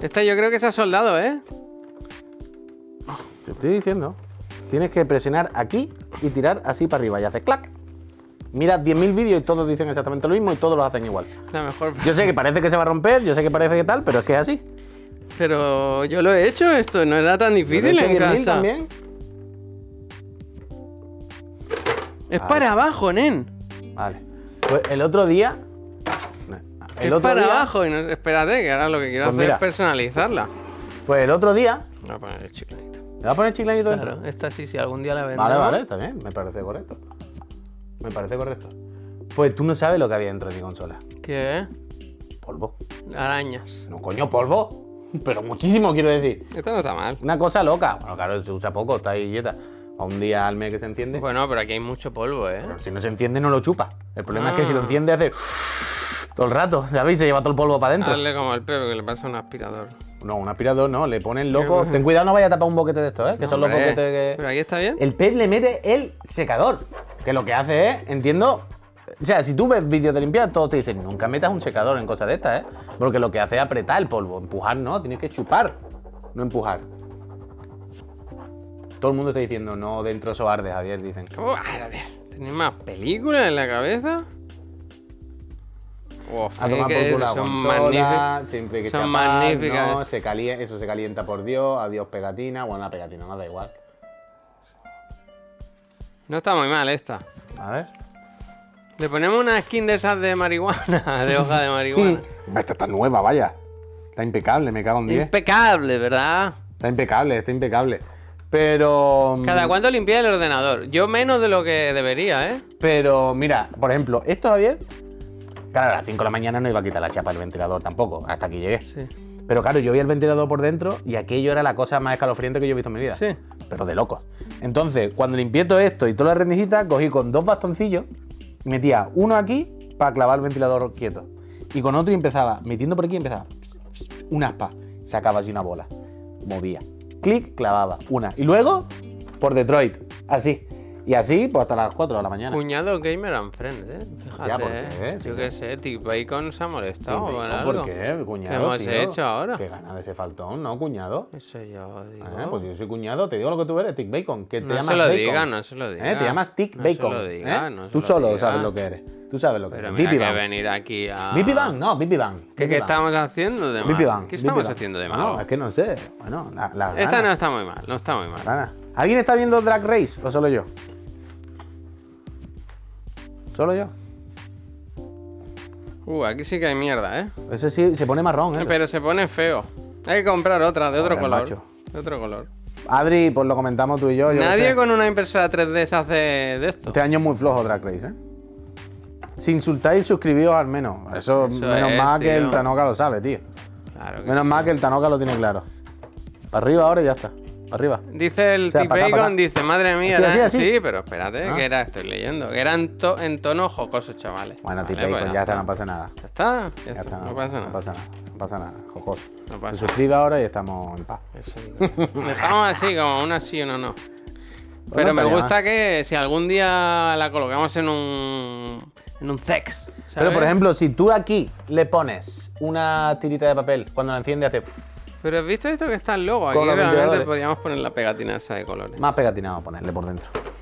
Speaker 2: Esta yo creo que se ha soldado, ¿eh?
Speaker 1: Te estoy diciendo. Tienes que presionar aquí y tirar así para arriba y haces clac. Mira 10.000 vídeos y todos dicen exactamente lo mismo y todos lo hacen igual.
Speaker 2: La mejor.
Speaker 1: Yo sé que parece que se va a romper, yo sé que parece que tal, pero es que es así.
Speaker 2: Pero yo lo he hecho esto, no era tan difícil
Speaker 1: Lo he hecho 10.000
Speaker 2: en casa.
Speaker 1: también.
Speaker 2: Es
Speaker 1: Ah.
Speaker 2: para abajo, nen.
Speaker 1: Vale. Pues el otro día. El
Speaker 2: es
Speaker 1: otro
Speaker 2: para
Speaker 1: día,
Speaker 2: abajo. Y no, espérate, que ahora lo que quiero
Speaker 1: Pues
Speaker 2: hacer
Speaker 1: mira.
Speaker 2: es personalizarla.
Speaker 1: Pues el otro día.
Speaker 2: Voy a poner el chiclanito.
Speaker 1: ¿Le vas a poner chiclanito dentro?
Speaker 2: Claro, esta sí, si algún día la vendo.
Speaker 1: Vale, vale, está bien, me parece correcto. Me parece correcto. Pues tú no sabes lo que había dentro de mi consola.
Speaker 2: ¿Qué?
Speaker 1: Polvo.
Speaker 2: Arañas.
Speaker 1: No, coño, polvo. <laughs> Pero muchísimo, quiero decir.
Speaker 2: Esto no está mal.
Speaker 1: Una cosa loca. Bueno, claro, se usa poco, está ahí dieta. A un día al mes que se enciende.
Speaker 2: Bueno, pero aquí hay mucho polvo, ¿eh?
Speaker 1: Pero si no se enciende, no lo chupa. El problema es
Speaker 2: Ah.
Speaker 1: que si lo enciende hace. Todo el rato, ¿sabéis? Se lleva todo el polvo para adentro.
Speaker 2: Hazle como al Pepe que le pasa un aspirador.
Speaker 1: No, un aspirador no, le ponen loco. Ten cuidado, no vaya a tapar un boquete de estos, ¿eh? Que son los
Speaker 2: Hombre,
Speaker 1: boquetes
Speaker 2: Pero
Speaker 1: que. Eh.
Speaker 2: aquí está bien.
Speaker 1: El pez le mete el secador. Que lo que hace es, entiendo. O sea, si tú ves vídeos de limpiar, todos te dicen, nunca metas un secador en cosas de estas, ¿eh? Porque lo que hace es apretar el polvo. Empujar no, tienes que chupar, no empujar. Todo el mundo está diciendo, no, dentro eso arde, Javier, dicen.
Speaker 2: Uah, joder, Oh, ¿Tenéis más películas en la cabeza? Uf,
Speaker 1: A
Speaker 2: es
Speaker 1: tomar
Speaker 2: que
Speaker 1: por culo la
Speaker 2: son
Speaker 1: consola,
Speaker 2: magníficas.
Speaker 1: siempre hay que
Speaker 2: Son
Speaker 1: chapar,
Speaker 2: magníficas.
Speaker 1: no, se calienta, eso se calienta por Dios, adiós pegatina, bueno, la pegatina, no da igual.
Speaker 2: No está muy mal esta.
Speaker 1: A ver.
Speaker 2: Le ponemos una skin de esas de marihuana, <laughs> de hoja
Speaker 1: <laughs>
Speaker 2: de marihuana.
Speaker 1: Hombre, Esta está nueva, vaya. Está impecable, me cago en 10.
Speaker 2: Impecable, ¿verdad?
Speaker 1: Está impecable, está impecable. Pero. mm,
Speaker 2: Cada cuánto limpié el ordenador. Yo menos de lo que debería, ¿eh?
Speaker 1: Pero mira, por ejemplo, esto, Javier. Claro, a las 5 de la mañana no iba a quitar la chapa del ventilador tampoco, hasta aquí llegué.
Speaker 2: Sí.
Speaker 1: Pero claro, yo vi el ventilador por dentro y aquello era la cosa más escalofriante que yo he visto en mi vida.
Speaker 2: Sí.
Speaker 1: Pero de locos. Entonces, cuando limpié todo esto y toda la rendijita, cogí con dos bastoncillos, metía uno aquí para clavar el ventilador quieto. Y con otro y empezaba, metiendo por aquí, empezaba un aspa, sacaba así una bola, movía, clic, clavaba una. Y luego, por Detroit, así. Y así, pues hasta las 4 de la mañana.
Speaker 2: Cuñado gamer and friend, eh. Fíjate,
Speaker 1: ¿por
Speaker 2: eh.
Speaker 1: qué?
Speaker 2: Yo qué sé, Tic Bacon se ha
Speaker 1: Tío,
Speaker 2: molestado.
Speaker 1: ¿por
Speaker 2: con algo.
Speaker 1: qué, cuñado?
Speaker 2: hemos
Speaker 1: tío?
Speaker 2: hecho ahora?
Speaker 1: Qué gana de ese faltón, ¿no, cuñado?
Speaker 2: Eso yo digo.
Speaker 1: Eh, pues yo soy cuñado, te digo lo que tú eres, Tick Bacon. Que te
Speaker 2: no
Speaker 1: llamas
Speaker 2: se lo
Speaker 1: Bacon.
Speaker 2: diga, no se lo diga.
Speaker 1: ¿Eh? Te llamas Tick
Speaker 2: No se
Speaker 1: Bacon.
Speaker 2: lo diga,
Speaker 1: ¿eh?
Speaker 2: no se
Speaker 1: Tú
Speaker 2: lo
Speaker 1: solo
Speaker 2: diga.
Speaker 1: sabes lo que eres. Tú sabes lo que
Speaker 2: Pero
Speaker 1: eres.
Speaker 2: mira
Speaker 1: Bipi
Speaker 2: que
Speaker 1: Bang.
Speaker 2: venir aquí a...
Speaker 1: Bipi Bang, no, Bipi Bang.
Speaker 2: ¿Qué,
Speaker 1: Bipi
Speaker 2: qué
Speaker 1: Bang.
Speaker 2: estamos haciendo de
Speaker 1: Bipi
Speaker 2: mal?
Speaker 1: Bang,
Speaker 2: ¿Qué
Speaker 1: Bipi
Speaker 2: estamos
Speaker 1: Bang. Ah,
Speaker 2: haciendo de
Speaker 1: Bueno,
Speaker 2: mal?
Speaker 1: es que no sé. Bueno, la, la
Speaker 2: Esta no
Speaker 1: gana,
Speaker 2: está muy mal, no está muy mal.
Speaker 1: la gana. ¿Alguien está viendo Drag Race o solo yo? Solo yo.
Speaker 2: Uh, aquí sí que hay mierda, ¿eh?
Speaker 1: Ese sí se pone marrón, ¿eh?
Speaker 2: Pero se pone feo. Hay que comprar otra, de otro
Speaker 1: Joder,
Speaker 2: color.
Speaker 1: macho.
Speaker 2: De otro color.
Speaker 1: Adri, pues lo comentamos tú y yo. yo qué
Speaker 2: Nadie
Speaker 1: sé.
Speaker 2: con una impresora 3D se hace de esto.
Speaker 1: Este año es muy flojo Drag Race, ¿eh? Si insultáis, suscribíos al menos. Eso,
Speaker 2: Eso
Speaker 1: menos
Speaker 2: es,
Speaker 1: mal que
Speaker 2: tío.
Speaker 1: el Tanoka lo sabe, tío.
Speaker 2: Claro que
Speaker 1: Menos
Speaker 2: sí.
Speaker 1: mal que el Tanoka lo tiene claro. Para arriba ahora y ya está. Para arriba.
Speaker 2: Dice el
Speaker 1: O sea,
Speaker 2: Tip
Speaker 1: pa' acá, pa' acá.
Speaker 2: Bacon, dice, madre mía,
Speaker 1: Así, así,
Speaker 2: era-
Speaker 1: así.
Speaker 2: sí, pero espérate,
Speaker 1: Ah.
Speaker 2: que era, estoy leyendo, que eran to- en tono jocoso, chavales.
Speaker 1: Bueno,
Speaker 2: Vale,
Speaker 1: tío, Bacon,
Speaker 2: pues
Speaker 1: ya está, no pasa nada.
Speaker 2: Ya está, ya
Speaker 1: Ya
Speaker 2: está,
Speaker 1: está,
Speaker 2: no pasa nada.
Speaker 1: No pasa nada, no pasa nada. Jojoso.
Speaker 2: No pasa
Speaker 1: Se suscribe ahora y estamos en paz.
Speaker 2: Eso digo. <laughs> Dejamos así, como una sí y una no.
Speaker 1: Bueno,
Speaker 2: Pero me
Speaker 1: estaría
Speaker 2: gusta
Speaker 1: mal.
Speaker 2: que si algún día la colocamos en un. en un sex. ¿sabes?
Speaker 1: Pero por ejemplo, si tú aquí le pones una tirita de papel, cuando la enciende hace
Speaker 2: Pero has visto esto que está el logo. Aquí
Speaker 1: Con los
Speaker 2: realmente
Speaker 1: ventiladores.
Speaker 2: podríamos poner la pegatina esa de colores.
Speaker 1: más pegatina vamos a ponerle por dentro. <laughs>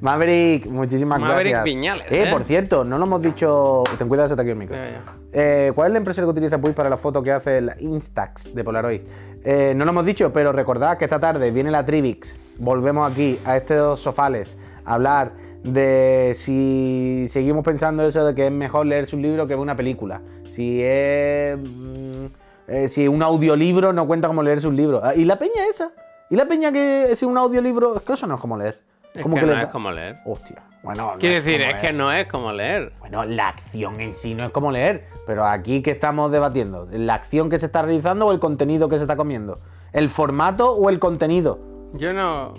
Speaker 1: Maverick, muchísimas
Speaker 2: Maverick
Speaker 1: gracias.
Speaker 2: Viñales,
Speaker 1: Eh,
Speaker 2: ¿eh?
Speaker 1: por cierto, no lo hemos dicho. Ten cuidado, se te ha caído el micro.
Speaker 2: Ya, ya.
Speaker 1: Eh, ¿Cuál es la impresión que utiliza Puy para la foto que hace el Instax de Polaroid? Eh, no lo hemos dicho, pero recordad que esta tarde viene la Trivix. Volvemos aquí a estos sofales a hablar de si seguimos pensando eso de que es mejor leerse un libro que ver una película. Si es. mm, eh, si un audiolibro no cuenta como leerse un libro. Ah, ¿Y la peña esa? ¿Y la peña que es un audiolibro? Es que eso no es como leer.
Speaker 2: Es
Speaker 1: Como
Speaker 2: que
Speaker 1: le
Speaker 2: no
Speaker 1: da-
Speaker 2: es como leer.
Speaker 1: Hostia. Bueno, no
Speaker 2: Quiere decir,
Speaker 1: como
Speaker 2: es que
Speaker 1: leer.
Speaker 2: no es como leer.
Speaker 1: Bueno, la acción en sí no es como leer, pero aquí que estamos debatiendo, la acción que se está realizando o el contenido que se está comiendo, el formato o el contenido.
Speaker 2: Yo no.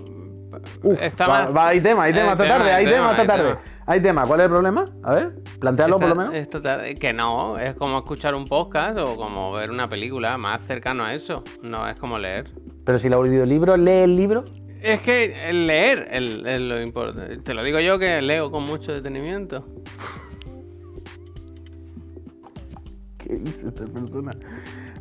Speaker 1: Uf,
Speaker 2: está
Speaker 1: va-
Speaker 2: más-
Speaker 1: va, hay tema, hay tema
Speaker 2: Eh,
Speaker 1: esta tarde, hay tema esta
Speaker 2: hay
Speaker 1: tarde.
Speaker 2: tema.
Speaker 1: Hay tema, ¿cuál es el problema? A ver, plantealo por lo
Speaker 2: Esta-
Speaker 1: menos.
Speaker 2: esta tarde- que no, es como escuchar un podcast o como ver una película más cercano a eso. No es como leer.
Speaker 1: Pero si el audiolibro lee el libro,
Speaker 2: Es que el leer el- es lo importante. Te lo digo yo que leo con mucho detenimiento.
Speaker 1: ¿qué dice esta persona?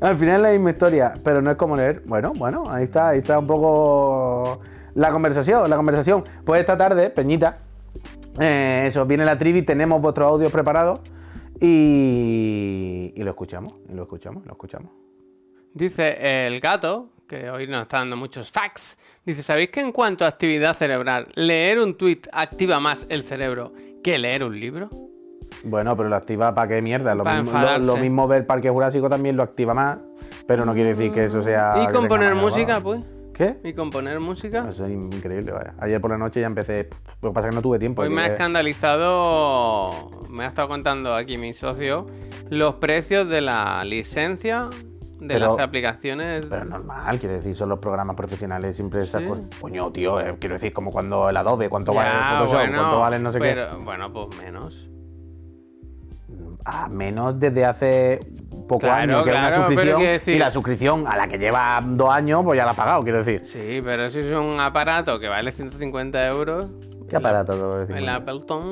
Speaker 1: Al final es la misma historia, pero no es como leer. Bueno, bueno, ahí está, ahí está un poco la conversación, la conversación. Pues esta tarde, Peñita, eh, eso, viene la trivi, tenemos vuestros audios preparados y, y lo escuchamos, y lo escuchamos, lo escuchamos.
Speaker 2: Dice el gato, que hoy nos está dando muchos facts. Dice, ¿sabéis que en cuanto a actividad cerebral, leer un tweet activa más el cerebro que leer un libro?
Speaker 1: Bueno, pero lo activa para qué mierda. Lo,
Speaker 2: Pa'
Speaker 1: mismo, lo,
Speaker 2: enfadarse.
Speaker 1: lo mismo ver Parque Jurásico también lo activa más, pero no quiere decir que eso sea. que
Speaker 2: Mm, y
Speaker 1: tenga
Speaker 2: componer
Speaker 1: más
Speaker 2: música,
Speaker 1: elevado.
Speaker 2: pues.
Speaker 1: ¿Qué?
Speaker 2: Y componer música.
Speaker 1: Eso es increíble, vaya. Ayer por la noche ya empecé. Lo que pasa es que no tuve tiempo.
Speaker 2: Hoy Pues me ha
Speaker 1: que-
Speaker 2: escandalizado, me ha estado contando aquí mi socio, los precios de la licencia de
Speaker 1: Pero-
Speaker 2: las aplicaciones.
Speaker 1: Pero es normal, quiero decir, son los programas profesionales siempre esas
Speaker 2: Sí.
Speaker 1: cosas. Coño, tío, eh, quiero decir, como cuando el Adobe, cuánto
Speaker 2: Ya,
Speaker 1: vale el Photoshop,
Speaker 2: bueno,
Speaker 1: cuánto vale no sé
Speaker 2: pero, Bueno, pues menos.
Speaker 1: qué. A Ah, menos desde hace poco
Speaker 2: Claro,
Speaker 1: año que era
Speaker 2: claro,
Speaker 1: una
Speaker 2: pero
Speaker 1: suscripción.
Speaker 2: quiero decir-
Speaker 1: Y la suscripción a la que lleva dos años, pues ya la ha pagado, quiero decir.
Speaker 2: Sí, pero si es un aparato que vale 150 euros.
Speaker 1: ¿Qué aparato? te voy a decir?
Speaker 2: El Appleton.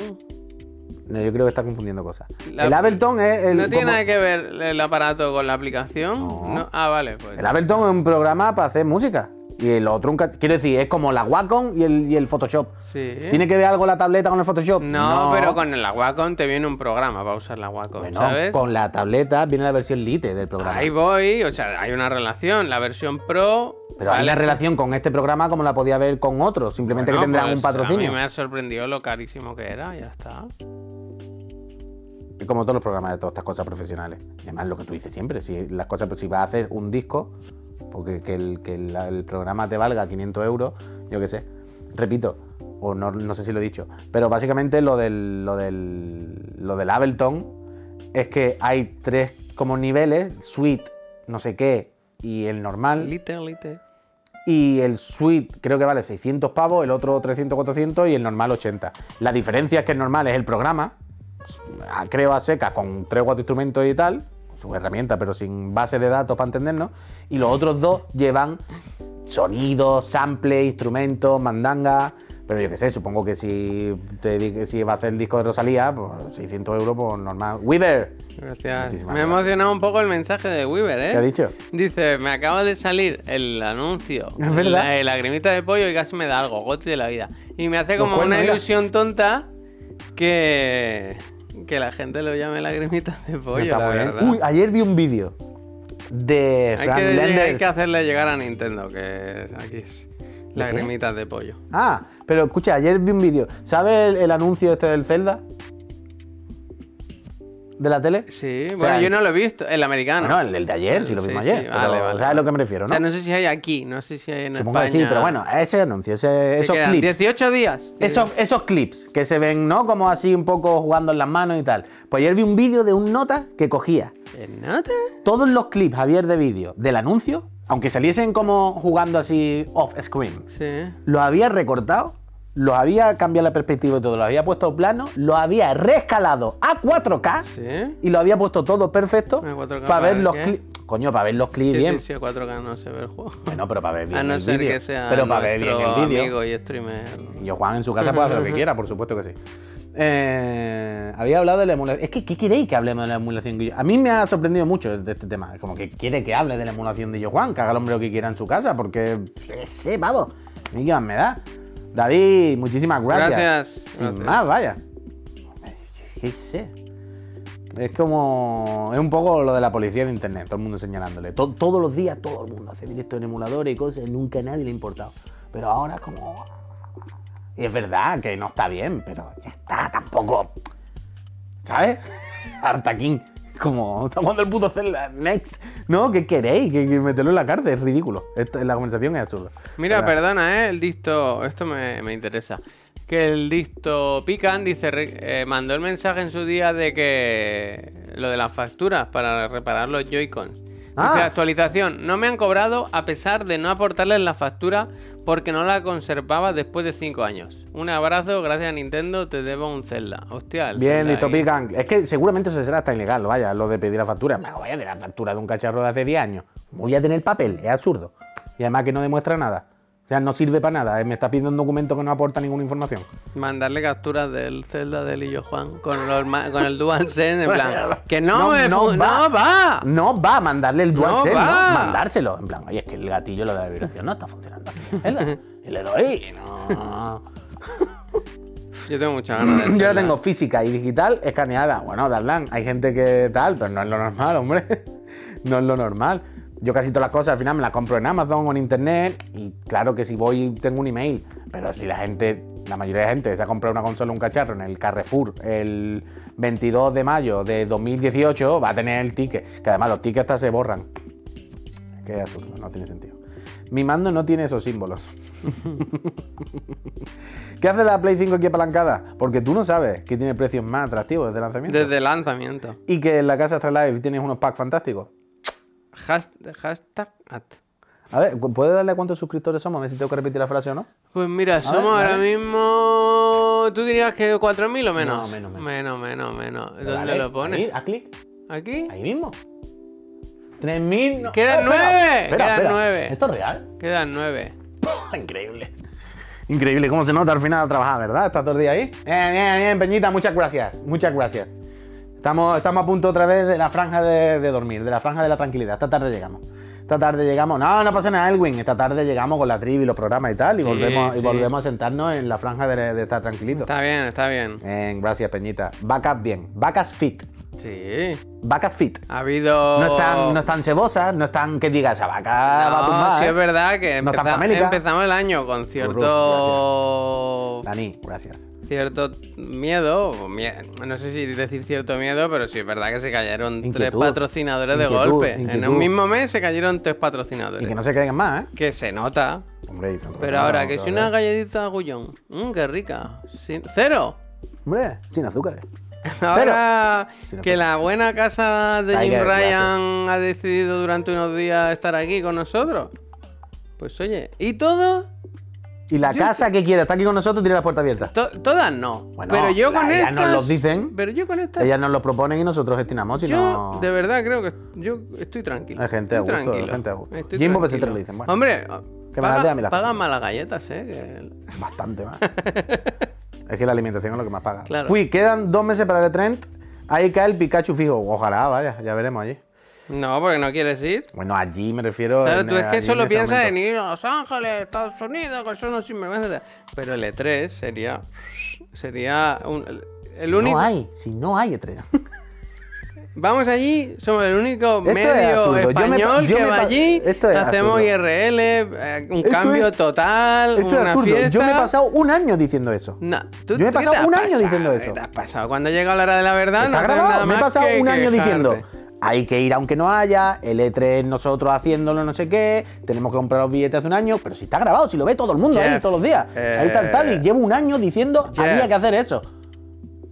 Speaker 1: No, yo creo que está confundiendo cosas.
Speaker 2: La-
Speaker 1: El Ableton es el.
Speaker 2: ¿No tiene
Speaker 1: como-
Speaker 2: nada que ver el aparato con la aplicación?
Speaker 1: No.
Speaker 2: No. Ah, vale, pues.
Speaker 1: El Ableton es un programa para hacer música. Y el otro, un ca- quiero decir, es como la Wacom y el, y el Photoshop.
Speaker 2: Sí.
Speaker 1: ¿Tiene que ver algo la tableta con el Photoshop?
Speaker 2: No, pero con la Wacom te viene un programa para usar la Wacom,
Speaker 1: Bueno,
Speaker 2: ¿sabes?
Speaker 1: con la tableta viene la versión Lite del programa.
Speaker 2: Ahí voy, o sea, hay una relación. La versión Pro.
Speaker 1: Pero hay una
Speaker 2: vale,
Speaker 1: relación con este programa como la podía haber con otro, simplemente
Speaker 2: Bueno,
Speaker 1: que tendrán
Speaker 2: pues,
Speaker 1: un
Speaker 2: A
Speaker 1: patrocinio.
Speaker 2: mí me ha sorprendido lo carísimo que era, ya está.
Speaker 1: Como todos los programas de todas estas cosas profesionales. Y Además, lo que tú dices siempre, si las cosas, pues, si vas a hacer un disco, porque que el, que la- el programa te valga 500 euros, yo qué sé. Repito, o no, no sé si lo he dicho, pero básicamente lo del, lo del, lo del Ableton es que hay tres como niveles, suite, no sé qué, y el normal.
Speaker 2: Lite, lite.
Speaker 1: y el suite creo que vale 600 pavos, el otro 300, 400 y el normal 80. La diferencia es que el normal es el programa a- creo a seca con tres o cuatro instrumentos y tal, su herramienta, pero sin base de datos para entendernos, y los otros dos llevan sonidos, samples, instrumentos, mandanga. Pero yo qué sé, supongo que si, te, di- si va a hacer el disco de Rosalía, por 600 euros, pues normal. Weaver,
Speaker 2: Gracias.
Speaker 1: Muchísimas
Speaker 2: Me ha
Speaker 1: gracias.
Speaker 2: emocionado un poco el mensaje de Weaver, ¿eh?
Speaker 1: ¿qué ha dicho?
Speaker 2: Dice, me acaba de salir el anuncio.
Speaker 1: <laughs> Es verdad.
Speaker 2: La, eh, lagrimita de pollo y casi me da algo, gochi de la vida. Y me hace
Speaker 1: Los
Speaker 2: como una
Speaker 1: cuernos, Pues mira.
Speaker 2: ilusión tonta que, que la gente lo llame lagrimita de pollo.
Speaker 1: Está
Speaker 2: la
Speaker 1: muy bien.
Speaker 2: verdad.
Speaker 1: Uy, ah, ayer vi un vídeo de
Speaker 2: hay,
Speaker 1: Frank
Speaker 2: que, hay
Speaker 1: Lenders.
Speaker 2: que hacerle llegar a Nintendo, que aquí es lagrimitas de pollo.
Speaker 1: Ah, pero escucha, ayer vi un vídeo. ¿Sabes el, el anuncio este del Zelda? ¿De la tele?
Speaker 2: Sí,
Speaker 1: O
Speaker 2: bueno,
Speaker 1: sea,
Speaker 2: yo no lo he visto, el americano.
Speaker 1: No, el, el de ayer, si lo
Speaker 2: Sí,
Speaker 1: vimos
Speaker 2: sí,
Speaker 1: ayer. pero
Speaker 2: vale, vale,
Speaker 1: ¿Sabes a lo
Speaker 2: vale.
Speaker 1: que me refiero,
Speaker 2: O
Speaker 1: no?
Speaker 2: sea, no sé si hay aquí, no sé si hay en
Speaker 1: Supongo que
Speaker 2: España.
Speaker 1: sí, pero bueno, ese anuncio, ese-
Speaker 2: ¿Qué
Speaker 1: esos
Speaker 2: quedan?
Speaker 1: clips.
Speaker 2: ¿18 días?
Speaker 1: Esos, esos clips que se ven, ¿no? Como así un poco jugando en las manos y tal. Pues ayer vi un vídeo de un nota que cogía
Speaker 2: ¿Qué nota?
Speaker 1: todos los clips, Javier, de vídeo del anuncio, aunque saliesen como jugando así off screen,
Speaker 2: Sí.
Speaker 1: los había recortado, los había cambiado la perspectiva y todo, los había puesto plano, los había rescalado a 4K
Speaker 2: ¿Sí?
Speaker 1: y lo había puesto todo perfecto
Speaker 2: ¿A 4K
Speaker 1: para ver
Speaker 2: para
Speaker 1: los
Speaker 2: qué?
Speaker 1: clips. Coño, para ver los clips
Speaker 2: Sí,
Speaker 1: bien.
Speaker 2: sí, sí, 4K no se ve el juego.
Speaker 1: Bueno, pero para ver bien
Speaker 2: A no
Speaker 1: el
Speaker 2: ser
Speaker 1: vídeo.
Speaker 2: que sea
Speaker 1: Pero para ver bien
Speaker 2: nuestro
Speaker 1: el vídeo.
Speaker 2: amigo y streamer.
Speaker 1: Y yo, Juan en su casa puede hacer lo que quiera, por supuesto que sí. Eh, había hablado de la emulación. Es que, ¿qué queréis que hablemos de la emulación? que yo- A mí me ha sorprendido mucho de este tema. Como que quiere que hable de la emulación de yo, Juan, que haga el hombre lo que quiera en su casa, porque, qué sé, pavo. A mí qué más me da. David, muchísimas gracias.
Speaker 2: Gracias,
Speaker 1: Sin
Speaker 2: gracias.
Speaker 1: más, ah, vaya. ¿Qué sé? Es como. Es un poco lo de la policía de internet, todo el mundo señalándole. To- todos los días todo el mundo hace directo en emuladores y cosas, nunca a nadie le ha importado. Pero ahora es como. Y es verdad que no está bien, pero ya está, tampoco. ¿Sabes? <laughs> Artaquín. Como, estamos jugando el puto Zelda, next. No, ¿qué queréis? Que, que meterlo en la cárcel, es ridículo. Esta- la conversación es absurda.
Speaker 2: Mira,
Speaker 1: Pero-
Speaker 2: perdona, ¿eh? El disto... Esto me, me interesa. Que el disto Pican dice, re- eh, mandó el mensaje en su día de que lo de las facturas para reparar los Joy-Cons.
Speaker 1: Ah.
Speaker 2: Dice, actualización, no me han cobrado a pesar de no aportarles la factura porque no la conservaba después de 5 años. Un abrazo, gracias a Nintendo, te debo un Zelda. Hostia, el
Speaker 1: Bien,
Speaker 2: Zelda
Speaker 1: listo,
Speaker 2: ahí.
Speaker 1: pican. Es que seguramente eso será hasta ilegal, vaya, lo de pedir la factura. Pero vaya, de la factura de un cacharro de hace 10 años. Voy a tener papel, es absurdo. Y además que no demuestra nada. O sea, no sirve para nada. eh, Me está pidiendo un documento que no aporta ninguna información.
Speaker 2: Mandarle capturas del Zelda del Illo Juan con, los ma- con el <laughs> DualSense
Speaker 1: <laughs>
Speaker 2: en plan. Que
Speaker 1: No,
Speaker 2: no, me
Speaker 1: no
Speaker 2: fu-
Speaker 1: va.
Speaker 2: no va.
Speaker 1: No va a mandarle el dual
Speaker 2: No va.
Speaker 1: Mandárselo. En plan, oye, es que el gatillo lo de la vibración no está funcionando. <laughs> aquí, ¿verdad? Y le doy. y No.
Speaker 2: Yo tengo
Speaker 1: <clears throat>
Speaker 2: muchas ganas de
Speaker 1: Mm, Yo la
Speaker 2: Zelda.
Speaker 1: tengo física y digital escaneada. Bueno, Darlan, hay gente que tal, pero no es lo normal, hombre. <laughs> No es lo normal. Yo casi todas las cosas al final me las compro en Amazon o en internet. Y claro que si voy tengo un email. Pero si la gente, la mayoría de gente se ha comprado una consola, un cacharro en el Carrefour el 22 de mayo de 2018, va a tener el ticket. Que además los tickets hasta se borran. Que es absurdo, no tiene sentido. Mi mando no tiene esos
Speaker 2: <laughs>
Speaker 1: símbolos. ¿Qué hace la Play 5 aquí apalancada? Porque tú no sabes que tiene precios más atractivos desde el lanzamiento.
Speaker 2: Desde el lanzamiento.
Speaker 1: Y que en la casa Astralife tienes unos packs fantásticos.
Speaker 2: Has- Hashtag at.
Speaker 1: A ver, ¿cu- ¿puedes darle a cuántos suscriptores somos? A ver si tengo que repetir la frase o no.
Speaker 2: Pues mira, somos
Speaker 1: vale.
Speaker 2: ahora mismo. ¿Tú dirías que 4.000 o menos?
Speaker 1: No, menos, menos.
Speaker 2: Menos, menos, menos. ¿Dónde
Speaker 1: Dale,
Speaker 2: lo
Speaker 1: Ahí,
Speaker 2: pones?
Speaker 1: haz clic.
Speaker 2: ¿Aquí?
Speaker 1: Ahí mismo. 3.000. no- ¡Oh,
Speaker 2: Quedan
Speaker 1: espera,
Speaker 2: nueve,
Speaker 1: espera,
Speaker 2: quedan
Speaker 1: espera.
Speaker 2: nueve.
Speaker 1: ¿Esto es real?
Speaker 2: Quedan 9.
Speaker 1: <laughs> Increíble. Increíble cómo se nota al final de trabajar, ¿verdad? Estás todo el día ahí. Bien, bien, bien, Peñita, muchas gracias. Muchas gracias. Estamos, estamos a punto otra vez de la franja de, de dormir, de la franja de la tranquilidad. Esta tarde llegamos. Esta tarde llegamos. No, no pasa nada, Elwin. Esta tarde llegamos con la trivi, los programas y tal. Y,
Speaker 2: Sí,
Speaker 1: volvemos, y
Speaker 2: sí.
Speaker 1: volvemos a sentarnos en la franja de, de estar tranquilito.
Speaker 2: Está bien, está bien.
Speaker 1: Bien, gracias, Peñita. Vacas bien. Vacas fit.
Speaker 2: Sí.
Speaker 1: Vacas fit.
Speaker 2: Ha habido.
Speaker 1: No están, no están cebosas, no están que digas esa vaca va a
Speaker 2: No,
Speaker 1: tumbar.
Speaker 2: sí
Speaker 1: ¿eh?".
Speaker 2: es verdad que
Speaker 1: No está
Speaker 2: empeza-
Speaker 1: famélica.
Speaker 2: empezamos el año con cierto
Speaker 1: Gracias. Dani, gracias.
Speaker 2: cierto miedo, o mie- no sé si decir cierto miedo, pero sí es verdad que se cayeron tres
Speaker 1: Inquietud.
Speaker 2: patrocinadores de
Speaker 1: Inquietud,
Speaker 2: golpe. En
Speaker 1: inquietud.
Speaker 2: un mismo mes se cayeron tres
Speaker 1: Y
Speaker 2: patrocinadores.
Speaker 1: que
Speaker 2: Que,
Speaker 1: no se queden más, ¿eh?
Speaker 2: se nota.
Speaker 1: Hombre, y tanto
Speaker 2: Pero
Speaker 1: no,
Speaker 2: ahora,
Speaker 1: no,
Speaker 2: que
Speaker 1: no,
Speaker 2: si
Speaker 1: no.
Speaker 2: una galletita agullón, mmm, qué rica. Sin- ¡Cero!
Speaker 1: Hombre, sin azúcares.
Speaker 2: Ahora
Speaker 1: Sin
Speaker 2: que la buena casa de Jim
Speaker 1: Tiger,
Speaker 2: Ryan ha decidido durante unos días estar aquí con nosotros. Pues oye, ¿y todo?
Speaker 1: Y la casa que quiera, está aquí con nosotros, tiene la puerta abierta.
Speaker 2: To- todas no.
Speaker 1: Bueno,
Speaker 2: pero yo con
Speaker 1: ellas
Speaker 2: estas.
Speaker 1: nos los dicen.
Speaker 2: Pero yo con estas.
Speaker 1: Ellas nos lo proponen y nosotros gestionamos, si
Speaker 2: yo
Speaker 1: no.
Speaker 2: de verdad creo que yo estoy tranquilo.
Speaker 1: Hay gente
Speaker 2: estoy
Speaker 1: a gusto, hay
Speaker 2: tranquilo,
Speaker 1: gente a gusto.
Speaker 2: estoy
Speaker 1: Jimbo pues, Pesetre
Speaker 2: tranquilo.
Speaker 1: le dicen, bueno.
Speaker 2: Hombre,
Speaker 1: Que me las dé a
Speaker 2: paga,
Speaker 1: mí las
Speaker 2: paga
Speaker 1: cosas.
Speaker 2: malas galletas, eh. que-
Speaker 1: Bastante
Speaker 2: <laughs>
Speaker 1: más. es que la alimentación es lo que más paga.
Speaker 2: Claro.
Speaker 1: Uy, quedan dos meses para el Trent. Ahí cae el Pikachu fijo. Ojalá, vaya, ya veremos allí.
Speaker 2: No, porque no quieres ir.
Speaker 1: Bueno, allí me refiero.
Speaker 2: Claro,
Speaker 1: en- eh,
Speaker 2: tú es
Speaker 1: allí
Speaker 2: que
Speaker 1: en
Speaker 2: solo
Speaker 1: ese
Speaker 2: piensas
Speaker 1: momento.
Speaker 2: en ir a Los Ángeles, Estados Unidos, que son unos sinvergüenzas. Pero el E3 sería. Sería un- el
Speaker 1: Si
Speaker 2: único.
Speaker 1: No hay, si no hay estrella. <laughs>
Speaker 2: Vamos allí, somos el único
Speaker 1: es
Speaker 2: medio
Speaker 1: absurdo. Yo me pa-
Speaker 2: español
Speaker 1: yo
Speaker 2: que
Speaker 1: me
Speaker 2: va
Speaker 1: pa-
Speaker 2: allí.
Speaker 1: esto es
Speaker 2: hacemos
Speaker 1: absurdo.
Speaker 2: IRL, eh, un
Speaker 1: Esto
Speaker 2: cambio
Speaker 1: es-
Speaker 2: total,
Speaker 1: Esto es
Speaker 2: una
Speaker 1: absurdo.
Speaker 2: fiesta.
Speaker 1: Yo me he pasado un año diciendo eso.
Speaker 2: No, ¿tú-
Speaker 1: Yo me he
Speaker 2: ¿qué te
Speaker 1: pasado
Speaker 2: has
Speaker 1: un año
Speaker 2: pasado?
Speaker 1: diciendo
Speaker 2: ¿Qué
Speaker 1: eso.
Speaker 2: te has pasado? Cuando llega la hora de la verdad, Ah, no
Speaker 1: Está
Speaker 2: haces nada
Speaker 1: grabado, me he
Speaker 2: más
Speaker 1: pasado
Speaker 2: que
Speaker 1: un año
Speaker 2: quejarte.
Speaker 1: diciendo. Hay que ir aunque no haya, el E3 nosotros haciéndolo, no sé qué, tenemos que comprar los billetes hace un año, pero si está grabado, si lo ve todo el mundo ahí
Speaker 2: Jeff,
Speaker 1: todos los días. ahí está el
Speaker 2: eh,
Speaker 1: Tadi, llevo un año diciendo
Speaker 2: Jeff.
Speaker 1: había que hacer eso.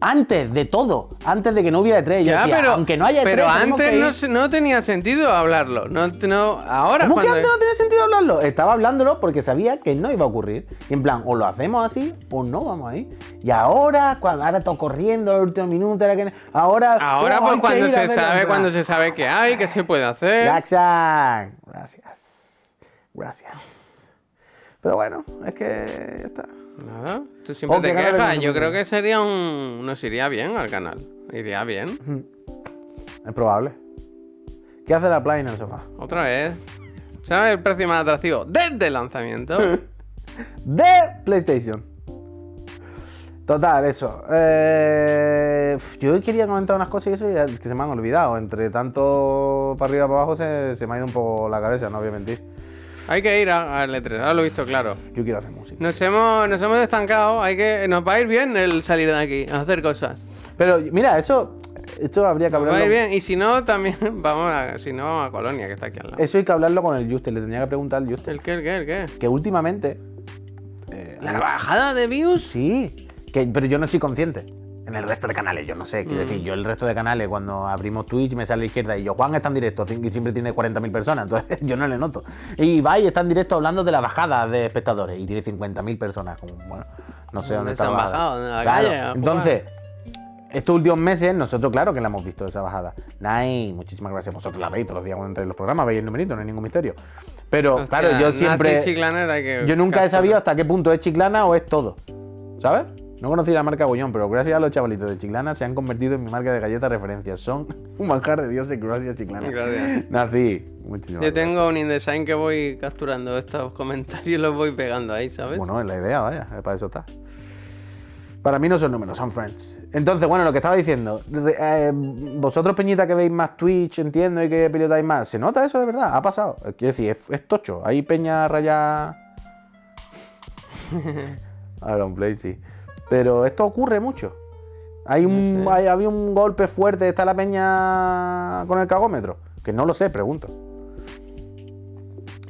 Speaker 1: Antes de todo, antes de que no hubiera E3, yo
Speaker 2: Ya,
Speaker 1: decía,
Speaker 2: pero,
Speaker 1: aunque no haya E3,
Speaker 2: pero
Speaker 1: tenemos
Speaker 2: antes
Speaker 1: que ir.
Speaker 2: no, se- no tenía sentido hablarlo. No, no, ahora
Speaker 1: ¿Cómo que
Speaker 2: cuando-
Speaker 1: antes no tenía sentido hablarlo? Estaba hablándolo porque sabía que no iba a ocurrir. Y en plan, o lo hacemos así, o no vamos ahí. Y ahora, cuando ahora todo corriendo al último minuto, ahora que ahora.
Speaker 2: Ahora
Speaker 1: oh, hay
Speaker 2: pues
Speaker 1: que
Speaker 2: cuando
Speaker 1: ir a
Speaker 2: se
Speaker 1: verlo, en
Speaker 2: sabe,
Speaker 1: plan,
Speaker 2: cuando se sabe que hay, que se puede hacer.
Speaker 1: Jackson, gracias. Gracias. Pero bueno, es que ya está.
Speaker 2: Nada, tú siempre
Speaker 1: Oh,
Speaker 2: te
Speaker 1: que no le
Speaker 2: quejas.
Speaker 1: tengo
Speaker 2: Yo creo
Speaker 1: sentido.
Speaker 2: que sería un... Nos iría bien al canal. Iría bien.
Speaker 1: Es probable. ¿Qué hace la playa en el sofá?
Speaker 2: Otra vez. ¿Sabes el precio más atractivo desde el lanzamiento?
Speaker 1: <laughs> De PlayStation. Total, eso. Eh, yo hoy quería comentar unas cosas y eso ya- que se me han olvidado. Entre tanto para arriba para abajo se, se me ha ido un poco la cabeza, no voy a mentir.
Speaker 2: Hay que ir a- al E3, ahora lo he visto claro.
Speaker 1: Yo quiero hacer música.
Speaker 2: Nos hemos, nos hemos estancado, hay que, nos va a ir bien el salir de aquí, a hacer cosas.
Speaker 1: Pero mira, eso. Esto habría que
Speaker 2: Nos va a ir
Speaker 1: hablarlo.
Speaker 2: bien, y si no, también <laughs> vamos a, si no, vamos a Colonia, que está aquí al lado.
Speaker 1: Eso hay que hablarlo con el Juste. Le tenía que preguntar al Juste.
Speaker 2: ¿El qué, el qué, el qué?
Speaker 1: Que últimamente. eh,
Speaker 2: ¿La bajada de views?
Speaker 1: Pues Sí, que, pero yo no soy consciente. En el resto de canales, yo no sé.
Speaker 2: Mm.
Speaker 1: Quiero decir, yo el resto de canales, cuando abrimos Twitch, me sale a la izquierda y yo, Juan está en directo y siempre tiene 40.000 personas, entonces <laughs> yo no le noto. Y va y está en directo hablando de la bajada de espectadores y tiene 50.000 personas. Como, bueno, no sé dónde
Speaker 2: ¿Dónde Mm, se
Speaker 1: está la
Speaker 2: han
Speaker 1: bajada.
Speaker 2: bajado? ¿En la
Speaker 1: Claro,
Speaker 2: calle? ¿A jugar?
Speaker 1: Entonces, estos últimos meses, nosotros, claro que la hemos visto esa bajada. Nay, muchísimas gracias. Vosotros la veis todos los días cuando entráis en los programas, veis el numerito, no hay ningún misterio. Pero,
Speaker 2: Hostia,
Speaker 1: claro, yo
Speaker 2: nazi
Speaker 1: siempre.
Speaker 2: chiclanera hay que
Speaker 1: Yo nunca he
Speaker 2: capturar.
Speaker 1: sabido hasta qué punto es chiclana o es todo. ¿Sabes? No conocí la marca Gullón, pero gracias a los chavalitos de Chiclana se han convertido en mi marca de galletas referencia. Son un manjar de dioses, gracias Chiclana.
Speaker 2: Gracias.
Speaker 1: Nací. Muchísimas
Speaker 2: Yo tengo un InDesign que voy capturando estos comentarios <laughs> y los voy pegando ahí, ¿sabes?
Speaker 1: gracias. Bueno, es la idea, vaya, para eso está. Para mí no son números, son friends. Entonces, bueno, lo que estaba diciendo, re- eh, vosotros, Peñita, que veis más Twitch, entiendo, y que pilotáis más, ¿se nota eso de verdad? Ha pasado. Eh, Quiero decir, es, es tocho. Hay Peña
Speaker 2: <laughs>
Speaker 1: raya. Aaron Play, sí. Pero esto ocurre mucho. Hay un,
Speaker 2: sé.
Speaker 1: hay- había un golpe fuerte, está la Peña con el cagómetro. Que no lo sé, pregunto.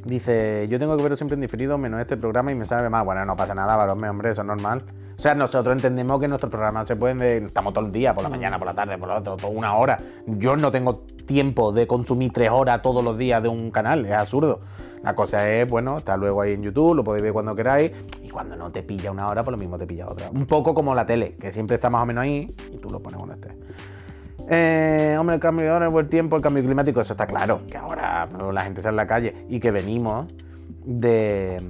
Speaker 1: Dice, yo tengo que verlo siempre en diferido, menos este programa y me sabe mal. Bueno, no pasa nada, varón, hombre, eso es normal. O sea, nosotros entendemos que nuestros programas se pueden ver, estamos todo el día, por la mañana, por la tarde, por la otra, toda una hora. Yo no tengo tiempo de consumir tres horas todos los días de un canal, es absurdo. La cosa es, bueno, está luego ahí en YouTube, lo podéis ver cuando queráis, y cuando no te pilla una hora, pues lo mismo te pilla otra. Un poco como la tele, que siempre está más o menos ahí, y tú lo pones cuando estés. Eh, hombre, el cambio de hora, el buen tiempo, el cambio climático, eso está claro. Que ahora pues, la gente sale a la calle y que venimos de,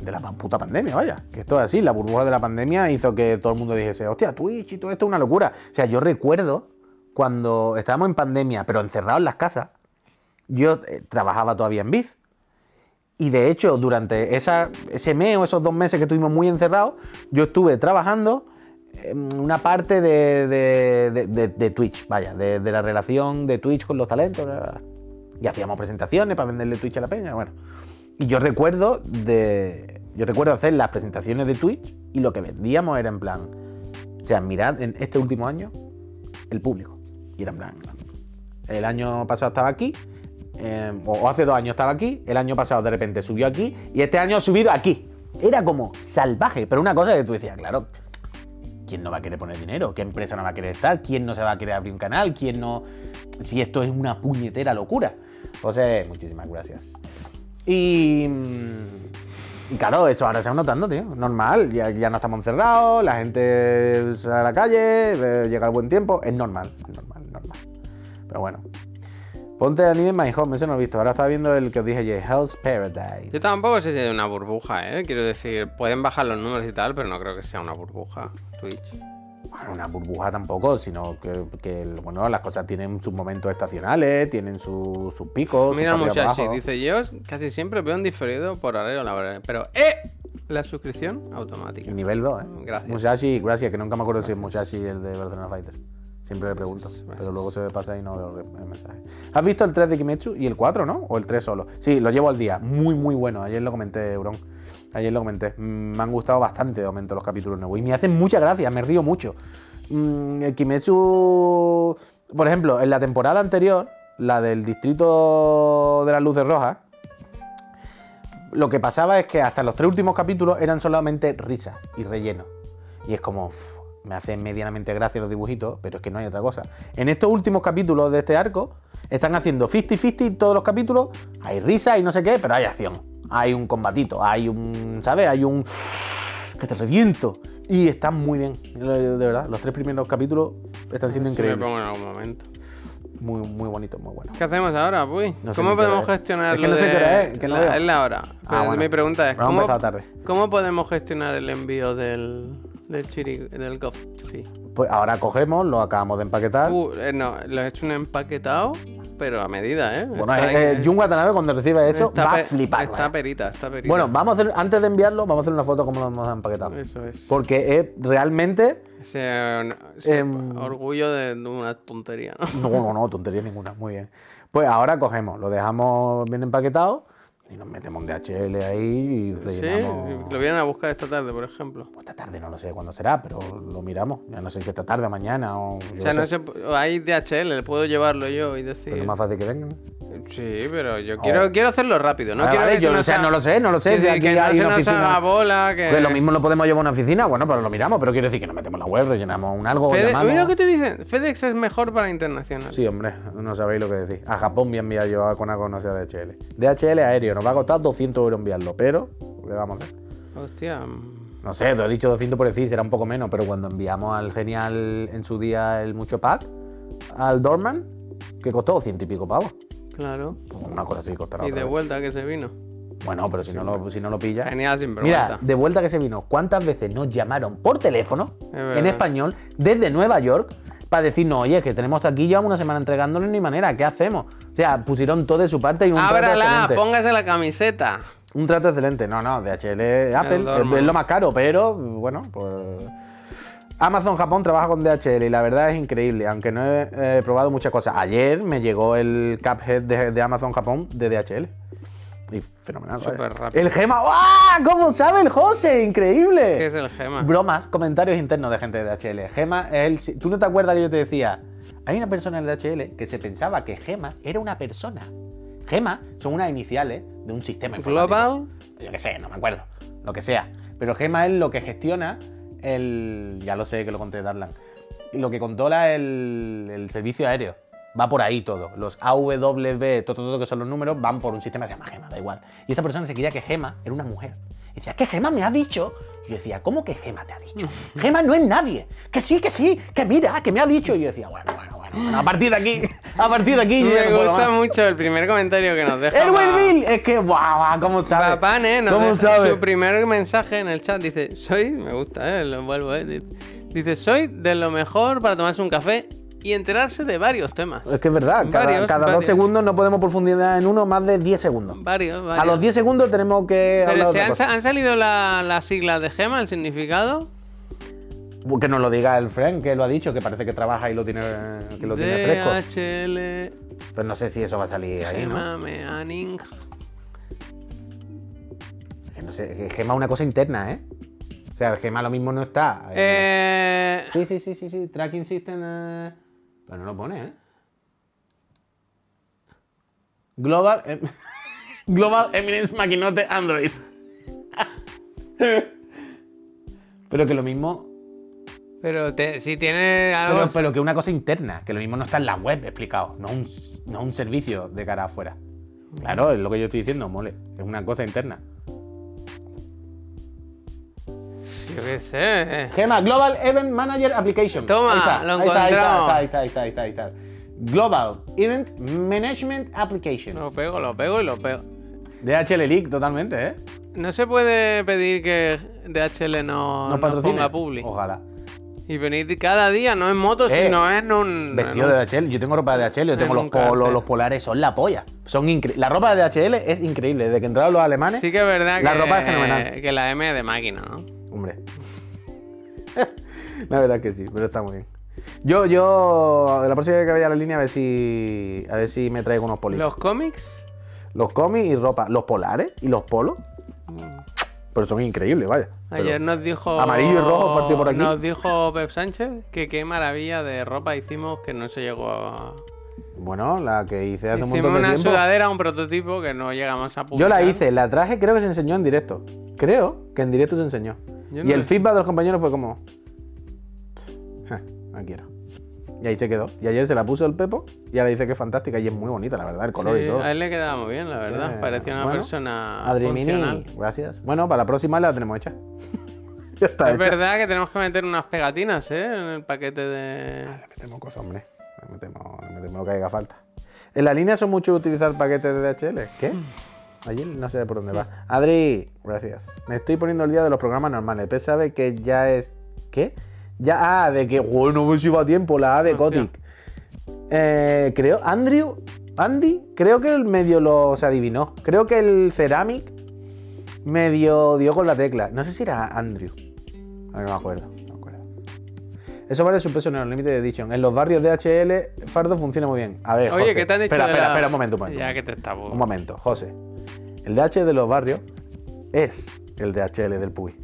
Speaker 1: de la pa- puta pandemia, vaya. Que esto es así, la burbuja de la pandemia hizo que todo el mundo dijese, hostia, Twitch y todo esto es una locura. O sea, yo recuerdo cuando estábamos en pandemia, pero encerrados en las casas, yo eh, trabajaba todavía en Biz. Y de hecho, durante esa, ese mes o esos dos meses que estuvimos muy encerrados, yo estuve trabajando en una parte de, de- de- de- de Twitch, vaya, de, de la relación de Twitch con los talentos. bla, bla, bla. Y hacíamos presentaciones para venderle Twitch a la peña, bueno. Y yo recuerdo de. Yo recuerdo hacer las presentaciones de Twitch y lo que vendíamos era en plan. O sea, mirad en este último año el público. Y era en plan. El año pasado estaba aquí. eh, o- o hace dos años estaba aquí. El año pasado de repente subió aquí. Y este año ha subido aquí. Era como salvaje. Pero una cosa que tú decías, claro. ¿Quién no va a querer poner dinero? ¿Qué empresa no va a querer estar? ¿Quién no se va a querer abrir un canal? ¿Quién no.? Si esto es una puñetera locura. Entonces, muchísimas gracias. Y. mm, Y claro, esto ahora se va notando, tío. Normal. Ya, ya no estamos encerrados, la gente sale a la calle, eh, llega el buen tiempo. Es normal, es normal, es normal. Pero bueno. Ponte anime My Home, ese no lo he visto. Ahora está viendo el que os dije ayer, Hell's Paradise.
Speaker 2: Yo tampoco sé si es una burbuja, ¿eh? Quiero decir, pueden bajar los números y tal, pero no creo que sea una burbuja Twitch.
Speaker 1: Bueno, una burbuja tampoco, sino que, que, bueno, las cosas tienen sus momentos estacionales, tienen su- sus picos.
Speaker 2: Mira
Speaker 1: sus arriba y
Speaker 2: muchacho,
Speaker 1: abajo.
Speaker 2: dice yo casi siempre veo un diferido por horario laboral, pero ¡eh! La suscripción automática.
Speaker 1: El nivel 2, ¿eh?
Speaker 2: Gracias.
Speaker 1: Musashi, gracias, que nunca me acuerdo si es Musashi el de Barcelona Fighter. Siempre le pregunto, pero luego se me pasa y no veo el el mensaje. ¿Has visto el 3 de Kimetsu y el 4, no? ¿O el 3 solo? Sí, lo llevo al día. Muy, muy bueno. Ayer lo comenté, Euron. Ayer lo comenté. Mm, Me han gustado bastante de momento los capítulos nuevos. Y me hacen mucha gracia, me río mucho. Mm, El Kimetsu. Por ejemplo, en la temporada anterior, la del distrito de las luces rojas, lo que pasaba es que hasta los tres últimos capítulos eran solamente risas y relleno. Y es como, uf, me hacen medianamente gracia los dibujitos, pero es que no hay otra cosa. En estos últimos capítulos de este arco, están haciendo 50-50 todos los capítulos, hay risa y no sé qué, pero hay acción. Hay un combatito, hay un, ¿sabes? Hay un que te reviento. Y están muy bien, de verdad. Los tres primeros capítulos están siendo
Speaker 2: Si me
Speaker 1: increíbles.
Speaker 2: pongo en algún momento.
Speaker 1: Muy, muy bonitos, muy buenos.
Speaker 2: ¿Qué hacemos ahora, Puy?
Speaker 1: No sé ni
Speaker 2: ¿Cómo
Speaker 1: qué hora
Speaker 2: podemos
Speaker 1: es.
Speaker 2: gestionar
Speaker 1: Es que no
Speaker 2: lo
Speaker 1: sé
Speaker 2: de-
Speaker 1: qué hora es, que no
Speaker 2: la-
Speaker 1: veo. Ah,
Speaker 2: es la hora. Pero
Speaker 1: bueno.
Speaker 2: mi pregunta es,
Speaker 1: Pero hemos
Speaker 2: ¿cómo,
Speaker 1: empezado tarde.
Speaker 2: ¿cómo podemos gestionar el envío del, del chiri... del coffee?
Speaker 1: Pues ahora cogemos, lo acabamos de empaquetar.
Speaker 2: Uh, eh, no, lo he hecho un empaquetado, pero a medida, ¿eh?
Speaker 1: Bueno,
Speaker 2: Está
Speaker 1: eh,
Speaker 2: ahí,
Speaker 1: eh, Jun Watanabe cuando reciba
Speaker 2: eh,
Speaker 1: eso
Speaker 2: está
Speaker 1: va a
Speaker 2: pe-
Speaker 1: flipar.
Speaker 2: Está
Speaker 1: ¿verdad?
Speaker 2: perita, está perita.
Speaker 1: Bueno, vamos a hacer, antes de enviarlo, vamos a hacer una foto como lo hemos empaquetado.
Speaker 2: Eso es.
Speaker 1: Porque es realmente.
Speaker 2: Ese, eh, ese
Speaker 1: Em,
Speaker 2: orgullo de, de una tontería,
Speaker 1: <laughs>
Speaker 2: ¿no?
Speaker 1: No, no, no, tontería ninguna. Muy bien. Pues ahora cogemos, lo dejamos bien empaquetado y nos metemos un DHL ahí y
Speaker 2: Sí,
Speaker 1: rellenamos.
Speaker 2: lo vienen a buscar esta tarde, por ejemplo.
Speaker 1: Esta tarde no lo sé cuándo será, pero lo miramos. Ya no sé si esta tarde o mañana o. yo
Speaker 2: O sea,
Speaker 1: qué
Speaker 2: no
Speaker 1: sé.
Speaker 2: sé, hay DHL, puedo llevarlo yo y decir.
Speaker 1: Pero es más fácil que vengan.
Speaker 2: Eh, Sí, pero yo quiero, quiero hacerlo rápido. No
Speaker 1: Vale,
Speaker 2: quiero
Speaker 1: vale,
Speaker 2: que
Speaker 1: yo
Speaker 2: se
Speaker 1: no
Speaker 2: nos
Speaker 1: sé,
Speaker 2: haga-
Speaker 1: no lo sé, no lo sé,
Speaker 2: Quiero
Speaker 1: si
Speaker 2: decir,
Speaker 1: aquí
Speaker 2: que
Speaker 1: hay
Speaker 2: no
Speaker 1: una
Speaker 2: se nos haga
Speaker 1: oficina-
Speaker 2: bola, que...
Speaker 1: Porque lo mismo lo podemos llevar a una oficina, bueno, pero lo miramos, pero quiero decir que nos metemos en la web, rellenamos un algo,
Speaker 2: Fede-
Speaker 1: llamamos.
Speaker 2: Mira lo que te dicen. FedEx es mejor para internacional.
Speaker 1: Sí, hombre, no sabéis lo que decís. A Japón voy a enviar yo a Conaco, no sea DHL. DHL aéreo, nos va a costar 200 euros enviarlo, pero ¿qué vamos a hacer?
Speaker 2: Hostia. mm,
Speaker 1: No sé, te he dicho 200 por decir, será un poco menos, pero cuando enviamos al Genial en su día el Mucho Pack, al Dorman, que costó 100 y pico pavos.
Speaker 2: Claro.
Speaker 1: Una cosa así costará.
Speaker 2: Y
Speaker 1: otra
Speaker 2: de
Speaker 1: vez.
Speaker 2: vuelta que se vino.
Speaker 1: Bueno, pero si no lo, si no lo pillas.
Speaker 2: Genial, sin
Speaker 1: Mira,
Speaker 2: vergüenza.
Speaker 1: de vuelta que se vino, ¿cuántas veces nos llamaron por teléfono
Speaker 2: verdad.
Speaker 1: en español desde Nueva York para decirnos, oye, es que tenemos hasta aquí, llevamos una semana entregándolo ni manera, ¿qué hacemos? O sea, pusieron todo de su parte y un trato
Speaker 2: Ábrala,
Speaker 1: excelente.
Speaker 2: póngase la camiseta.
Speaker 1: Un trato excelente. No, no, DHL Apple es,
Speaker 2: Dorman.
Speaker 1: es lo más caro, pero bueno, pues. Amazon Japón trabaja con DHL y la verdad es increíble, aunque no he eh, probado muchas cosas. Ayer me llegó el Cuphead de, de Amazon Japón de DHL. Y fenomenal. vaya.
Speaker 2: Súper rápido.
Speaker 1: El Gema. ¡Ah! ¿Cómo sabe el José? Increíble.
Speaker 2: ¿Qué es el gema?
Speaker 1: Bromas, comentarios internos de gente de DHL. Gema es el. si- ¿Tú no te acuerdas que yo te decía? Hay una persona en el DHL que se pensaba que Gema era una persona. Gema son unas iniciales de un sistema informático.
Speaker 2: Global.
Speaker 1: Yo qué sé, no me acuerdo. Lo que sea. Pero Gema es lo que gestiona el. Ya lo sé que lo conté Darlan. Lo que controla el, el servicio aéreo. Va por ahí todo. Los AWB, todo, todo, todo, que son los números, van por un sistema que se llama Gema, da igual. Y esta persona se creía que Gema era una mujer. Y decía, ¿qué Gema me ha dicho? Y yo decía, ¿cómo que Gema te ha
Speaker 2: <laughs>
Speaker 1: dicho? Gema no es nadie. Que sí, que sí, que mira, que me ha dicho. Y yo decía, bueno, bueno, bueno, bueno, a partir de aquí, a partir de aquí, yo ya
Speaker 2: Me
Speaker 1: no puedo
Speaker 2: gusta
Speaker 1: más".
Speaker 2: mucho el primer comentario que nos deja.
Speaker 1: ¡El
Speaker 2: Pa-
Speaker 1: buen Bill! Es que, guau, guau, ¿cómo sabe?
Speaker 2: Papá, ¿eh? Nos
Speaker 1: ¿Cómo
Speaker 2: deja
Speaker 1: sabe?
Speaker 2: Su primer mensaje en el chat dice: Soy, me gusta, ¿eh? Lo vuelvo, ¿eh? Dice- Dice: Soy de lo mejor para tomarse un café y enterarse de varios temas.
Speaker 1: Es que es verdad, cada,
Speaker 2: Varios,
Speaker 1: cada dos
Speaker 2: varios.
Speaker 1: segundos no podemos profundizar en uno más de 10 segundos.
Speaker 2: Varios, varios.
Speaker 1: A los 10 segundos tenemos que hablar de
Speaker 2: Pero se
Speaker 1: otra
Speaker 2: han,
Speaker 1: cosa.
Speaker 2: han salido la- las siglas de Gema, el significado.
Speaker 1: Que nos lo diga el friend, que lo ha dicho, que parece que trabaja y lo tiene, que lo tiene fresco.
Speaker 2: DHL,
Speaker 1: Pero no sé si eso va a salir ahí, ¿no?
Speaker 2: Gema, Meaning.
Speaker 1: Que no sé, que Gema es una cosa interna, ¿eh? O sea, el Gema lo mismo no está.
Speaker 2: Eh,
Speaker 1: Sí, sí, sí, sí, sí, tracking system... eh, Pero no lo pone, ¿eh? Global... em- <laughs> Global Eminence Maquinote Android. <laughs> Pero que lo mismo...
Speaker 2: pero te- si tiene algo.
Speaker 1: Pero, pero que una cosa interna, que lo mismo no está en la web explicado, no un, no un servicio de cara afuera. Claro, es lo que yo estoy diciendo, mole. Es una cosa interna.
Speaker 2: Yo qué sé. eh,
Speaker 1: Gema, Global Event Manager Application.
Speaker 2: Toma, lo encontramos.
Speaker 1: Ahí está, ahí está, ahí está, ahí está, ahí está. Global Event Management Application.
Speaker 2: Lo pego, lo pego y lo pego.
Speaker 1: DHL League, totalmente, ¿eh?
Speaker 2: No se puede pedir que DHL no,
Speaker 1: Nos
Speaker 2: nos
Speaker 1: patrocina.
Speaker 2: ponga publi.
Speaker 1: Ojalá.
Speaker 2: Y venir cada día, no en moto,
Speaker 1: Eh,
Speaker 2: sino en un.
Speaker 1: Vestido
Speaker 2: en un-
Speaker 1: de DHL. Yo tengo ropa de DHL, yo
Speaker 2: en
Speaker 1: tengo los
Speaker 2: un
Speaker 1: polos,
Speaker 2: cartel.
Speaker 1: los polares, son la polla. Son incre- La ropa de DHL es increíble. Desde que entraron los alemanes.
Speaker 2: Sí que es verdad
Speaker 1: La
Speaker 2: que,
Speaker 1: ropa es fenomenal.
Speaker 2: que la M es de máquina, ¿no?
Speaker 1: Hombre. <laughs> la verdad que sí, pero está muy bien. Yo, yo, la próxima vez que vaya a la línea, a ver si, a ver si me traigo unos polis. Los,
Speaker 2: Los cómics,
Speaker 1: cómics y ropa. Los polares y los polos. Pero son increíbles, vaya. Pero-
Speaker 2: Mm. ayer nos dijo.
Speaker 1: Amarillo y rojo partido por aquí.
Speaker 2: Nos dijo Pep Sánchez que qué maravilla de ropa hicimos que no se llegó a.
Speaker 1: Bueno, la que hice hace un
Speaker 2: Hicimos
Speaker 1: montón de
Speaker 2: una
Speaker 1: tiempo.
Speaker 2: sudadera, un prototipo que no llegamos a
Speaker 1: Yo
Speaker 2: publicar.
Speaker 1: la hice, la traje, creo que se enseñó en directo. Creo que en directo se enseñó.
Speaker 2: Yo
Speaker 1: y
Speaker 2: no
Speaker 1: el
Speaker 2: la-
Speaker 1: feedback de los compañeros fue como. "Ja, No quiero. Y ahí se quedó. Y ayer se la puso el Pepo y ahora dice que es fantástica y es muy bonita, la verdad, el color
Speaker 2: Sí,
Speaker 1: y todo.
Speaker 2: A él le quedaba muy bien, la verdad.
Speaker 1: Eh,
Speaker 2: Parecía una
Speaker 1: bueno,
Speaker 2: persona
Speaker 1: Adrián
Speaker 2: funcional.
Speaker 1: gracias. Bueno, para la próxima la tenemos hecha. <laughs> ya está
Speaker 2: Es
Speaker 1: hecha.
Speaker 2: verdad que tenemos que meter unas pegatinas, ¿eh? En el paquete de.
Speaker 1: Le metemos cosas, hombre. Le metemos, le metemos lo que haga falta. En la línea son mucho utilizar paquetes de DHL. ¿Qué? Allí no sé por dónde va. Adri, gracias. Me estoy poniendo el día de los programas normales. Pero sabe que ya es. ¿Qué? Ya, ah, de que, bueno, pues si va a tiempo, la A de
Speaker 2: Hostia.
Speaker 1: Kotick. Eh, creo, Andrew, Andy, creo que el medio lo se adivinó. Creo que el Ceramic medio dio con la tecla. No sé si era Andrew. A ver, no me acuerdo. No me acuerdo. Eso vale su peso en el límite de edición. En los barrios de HL, Fardo funciona muy bien. A ver,
Speaker 2: Oye,
Speaker 1: José,
Speaker 2: ¿qué te han dicho?
Speaker 1: Espera,
Speaker 2: de
Speaker 1: espera,
Speaker 2: la-
Speaker 1: espera, un momento, un momento.
Speaker 2: Ya que te está
Speaker 1: Un momento, José. El DHL de los barrios es el DHL del Puy.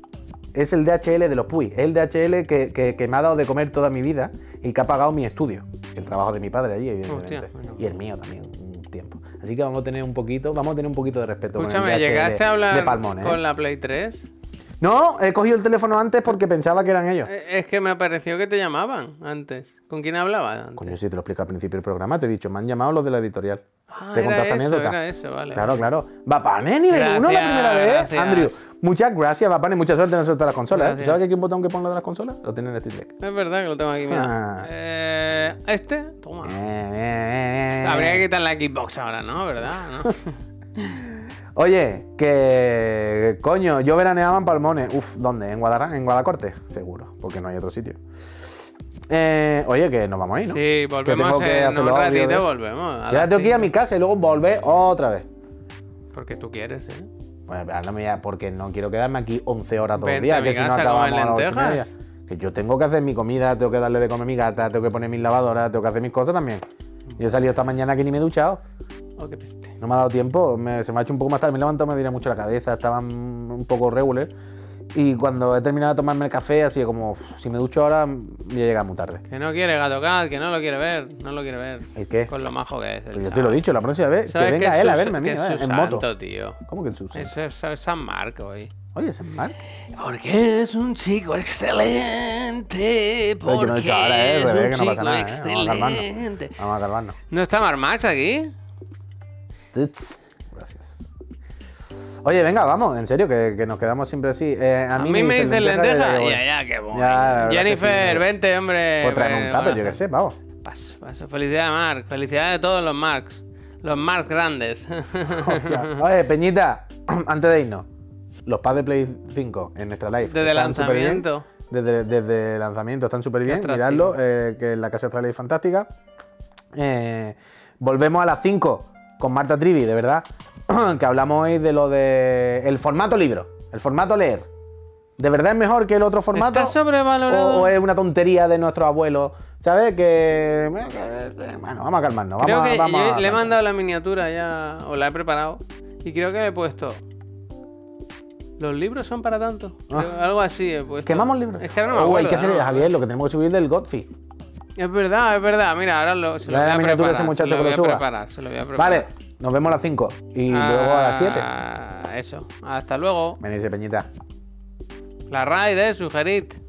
Speaker 1: Es el DHL de los Puy. Es el DHL que, que- que me ha dado de comer toda mi vida y que ha pagado mi estudio. El trabajo de mi padre allí, evidentemente.
Speaker 2: Hostia, bueno.
Speaker 1: Y el mío también, un tiempo. Así que vamos a tener un poquito, vamos a tener un poquito de respeto con
Speaker 2: Escúchame,
Speaker 1: el DHL
Speaker 2: ¿llegaste a hablar
Speaker 1: de Palmones. ¿eh?
Speaker 2: con la Play 3?
Speaker 1: No, he cogido el teléfono antes porque pensaba que eran ellos.
Speaker 2: Eh, Es que me pareció que te llamaban antes. ¿Con quién hablabas antes?
Speaker 1: Coño, si te lo explico al principio del programa, te he dicho, me han llamado los de la editorial.
Speaker 2: Ah,
Speaker 1: te he
Speaker 2: era
Speaker 1: contado esta
Speaker 2: eso,
Speaker 1: anécdota.
Speaker 2: era eso, vale.
Speaker 1: Claro, claro. Vapane, nivel
Speaker 2: Gracias,
Speaker 1: 1 la primera vez,
Speaker 2: gracias.
Speaker 1: Andrew. Muchas gracias, Vapane. Mucha suerte en el sorteo de las consolas. ¿eh?
Speaker 2: Gracias.
Speaker 1: ¿Sabes que aquí hay un botón que pone lo de las consolas? Lo tiene en el Steam Deck.
Speaker 2: Es verdad que lo tengo aquí, mira.
Speaker 1: Ah.
Speaker 2: Eh, ¿Este? Toma. Habría que quitar la Xbox ahora,
Speaker 1: <laughs>
Speaker 2: ¿no? ¿Verdad? ¿No?
Speaker 1: Oye, que coño, yo veraneaba en Palmones. Uf, ¿dónde? ¿En Guadalajara? ¿En Guadacorte? Seguro, porque no hay otro sitio. Eh, oye, que nos vamos ahí, ¿no?
Speaker 2: Sí,
Speaker 1: Que
Speaker 2: volvemos
Speaker 1: tengo que
Speaker 2: en
Speaker 1: hacer
Speaker 2: un
Speaker 1: los audios
Speaker 2: ratito,
Speaker 1: de-
Speaker 2: volvemos. a
Speaker 1: Yo ahora
Speaker 2: las
Speaker 1: tengo que ir a mi
Speaker 2: cinco.
Speaker 1: casa y luego volver otra vez.
Speaker 2: Porque tú quieres, ¿eh?
Speaker 1: Pues ahora me voy a- porque no quiero quedarme aquí 11 horas todos los
Speaker 2: Vente a
Speaker 1: días,
Speaker 2: mi
Speaker 1: que si no
Speaker 2: casa a comer
Speaker 1: acabamos a las ocho y
Speaker 2: lentejas.
Speaker 1: media. Que yo tengo que hacer mi comida, tengo que darle de comer a mi gata, tengo que poner mis lavadoras, tengo que hacer mis cosas también. Yo he salido esta mañana que ni me he duchado,
Speaker 2: Oh, qué peste.
Speaker 1: no me ha dado tiempo, me- se me ha hecho un poco más tarde, me he levantado, me diría mucho la cabeza, estaba mm, un poco regular. Y cuando he terminado de tomarme el café, así como, "Uf, si me ducho ahora, mm, voy a llegar muy tarde.
Speaker 2: Que no quiere Gato Cat, que no lo quiere ver, no lo quiere ver.
Speaker 1: ¿El qué?
Speaker 2: Con lo majo que es el
Speaker 1: Pero Pues yo te
Speaker 2: chaval.
Speaker 1: lo he dicho, la próxima vez, que
Speaker 2: ¿Sabes
Speaker 1: venga
Speaker 2: es
Speaker 1: él a
Speaker 2: su-
Speaker 1: verme a mí,
Speaker 2: que es
Speaker 1: ¿eh?
Speaker 2: su
Speaker 1: en moto.
Speaker 2: santo, tío.
Speaker 1: ¿Cómo que en Susan?
Speaker 2: Eso es, eso es San Marco, hoy.
Speaker 1: Oye, es en Mar.
Speaker 2: Porque es un chico excelente.
Speaker 1: Oye, que no he dicho ahora, eh, bebé, que no pasa nada. ¿eh? Vamos a calmarnos.
Speaker 2: excelente.
Speaker 1: Vamos a calmarnos.
Speaker 2: ¿No está Mar Max aquí?
Speaker 1: Stitz. Gracias. Oye, venga, vamos, en serio, que, que nos quedamos siempre así. Eh,
Speaker 2: A mí, me dicen lenteja.
Speaker 1: yo digo,
Speaker 2: Ya, ya, qué bueno.
Speaker 1: Ya, la verdad que
Speaker 2: Jennifer,
Speaker 1: sí.
Speaker 2: vente, hombre.
Speaker 1: Pues traen
Speaker 2: Ven,
Speaker 1: un tupper,
Speaker 2: bueno.
Speaker 1: yo qué sé, vamos.
Speaker 2: Paso, paso. Felicidades, Mark. Felicidades a todos los Marks. Los Marks grandes.
Speaker 1: Hostia. Oye, Peñita, <clears throat> antes de irnos, los pads de Play 5 en nuestra live.
Speaker 2: Desde
Speaker 1: están superbién.
Speaker 2: lanzamiento.
Speaker 1: Desde, desde el lanzamiento están súper bien.
Speaker 2: atractivo.
Speaker 1: Miradlo, eh, que la casa Australia es fantástica. Eh, volvemos a las 5 con Marta Trivi, de verdad. <clears throat> que hablamos hoy de lo de el formato libro, el formato leer. ¿De verdad es mejor que el otro formato?
Speaker 2: Está sobrevalorado.
Speaker 1: O, o es una tontería de nuestros abuelos? ¿Sabes? Que. eh, Bueno, vamos a calmarnos.
Speaker 2: Creo
Speaker 1: vamos a-
Speaker 2: que
Speaker 1: vamos
Speaker 2: yo
Speaker 1: a-
Speaker 2: le he mandado la miniatura ya, o la he preparado, y creo que le he puesto. Los libros son para tanto. Creo- Algo así he
Speaker 1: Ah.
Speaker 2: puesto.
Speaker 1: Quemamos libros.
Speaker 2: Es que ahora no me
Speaker 1: Oh, hay
Speaker 2: acuerdo,
Speaker 1: que hacer,
Speaker 2: no me
Speaker 1: Javier, lo que tenemos que subir del Godfrey.
Speaker 2: acuerdo. Es verdad, es verdad. Mira, ahora lo, se lo
Speaker 1: Dale
Speaker 2: voy
Speaker 1: la
Speaker 2: a
Speaker 1: miniatura a ese
Speaker 2: preparar.
Speaker 1: muchacho
Speaker 2: se
Speaker 1: que
Speaker 2: lo
Speaker 1: lo
Speaker 2: voy a
Speaker 1: suba.
Speaker 2: preparar, se lo voy a preparar.
Speaker 1: Vale, nos vemos a las 5 y luego a las 7.
Speaker 2: Ah, Eso. Hasta luego.
Speaker 1: Venirse, Peñita.
Speaker 2: La raid, eh, sugerid.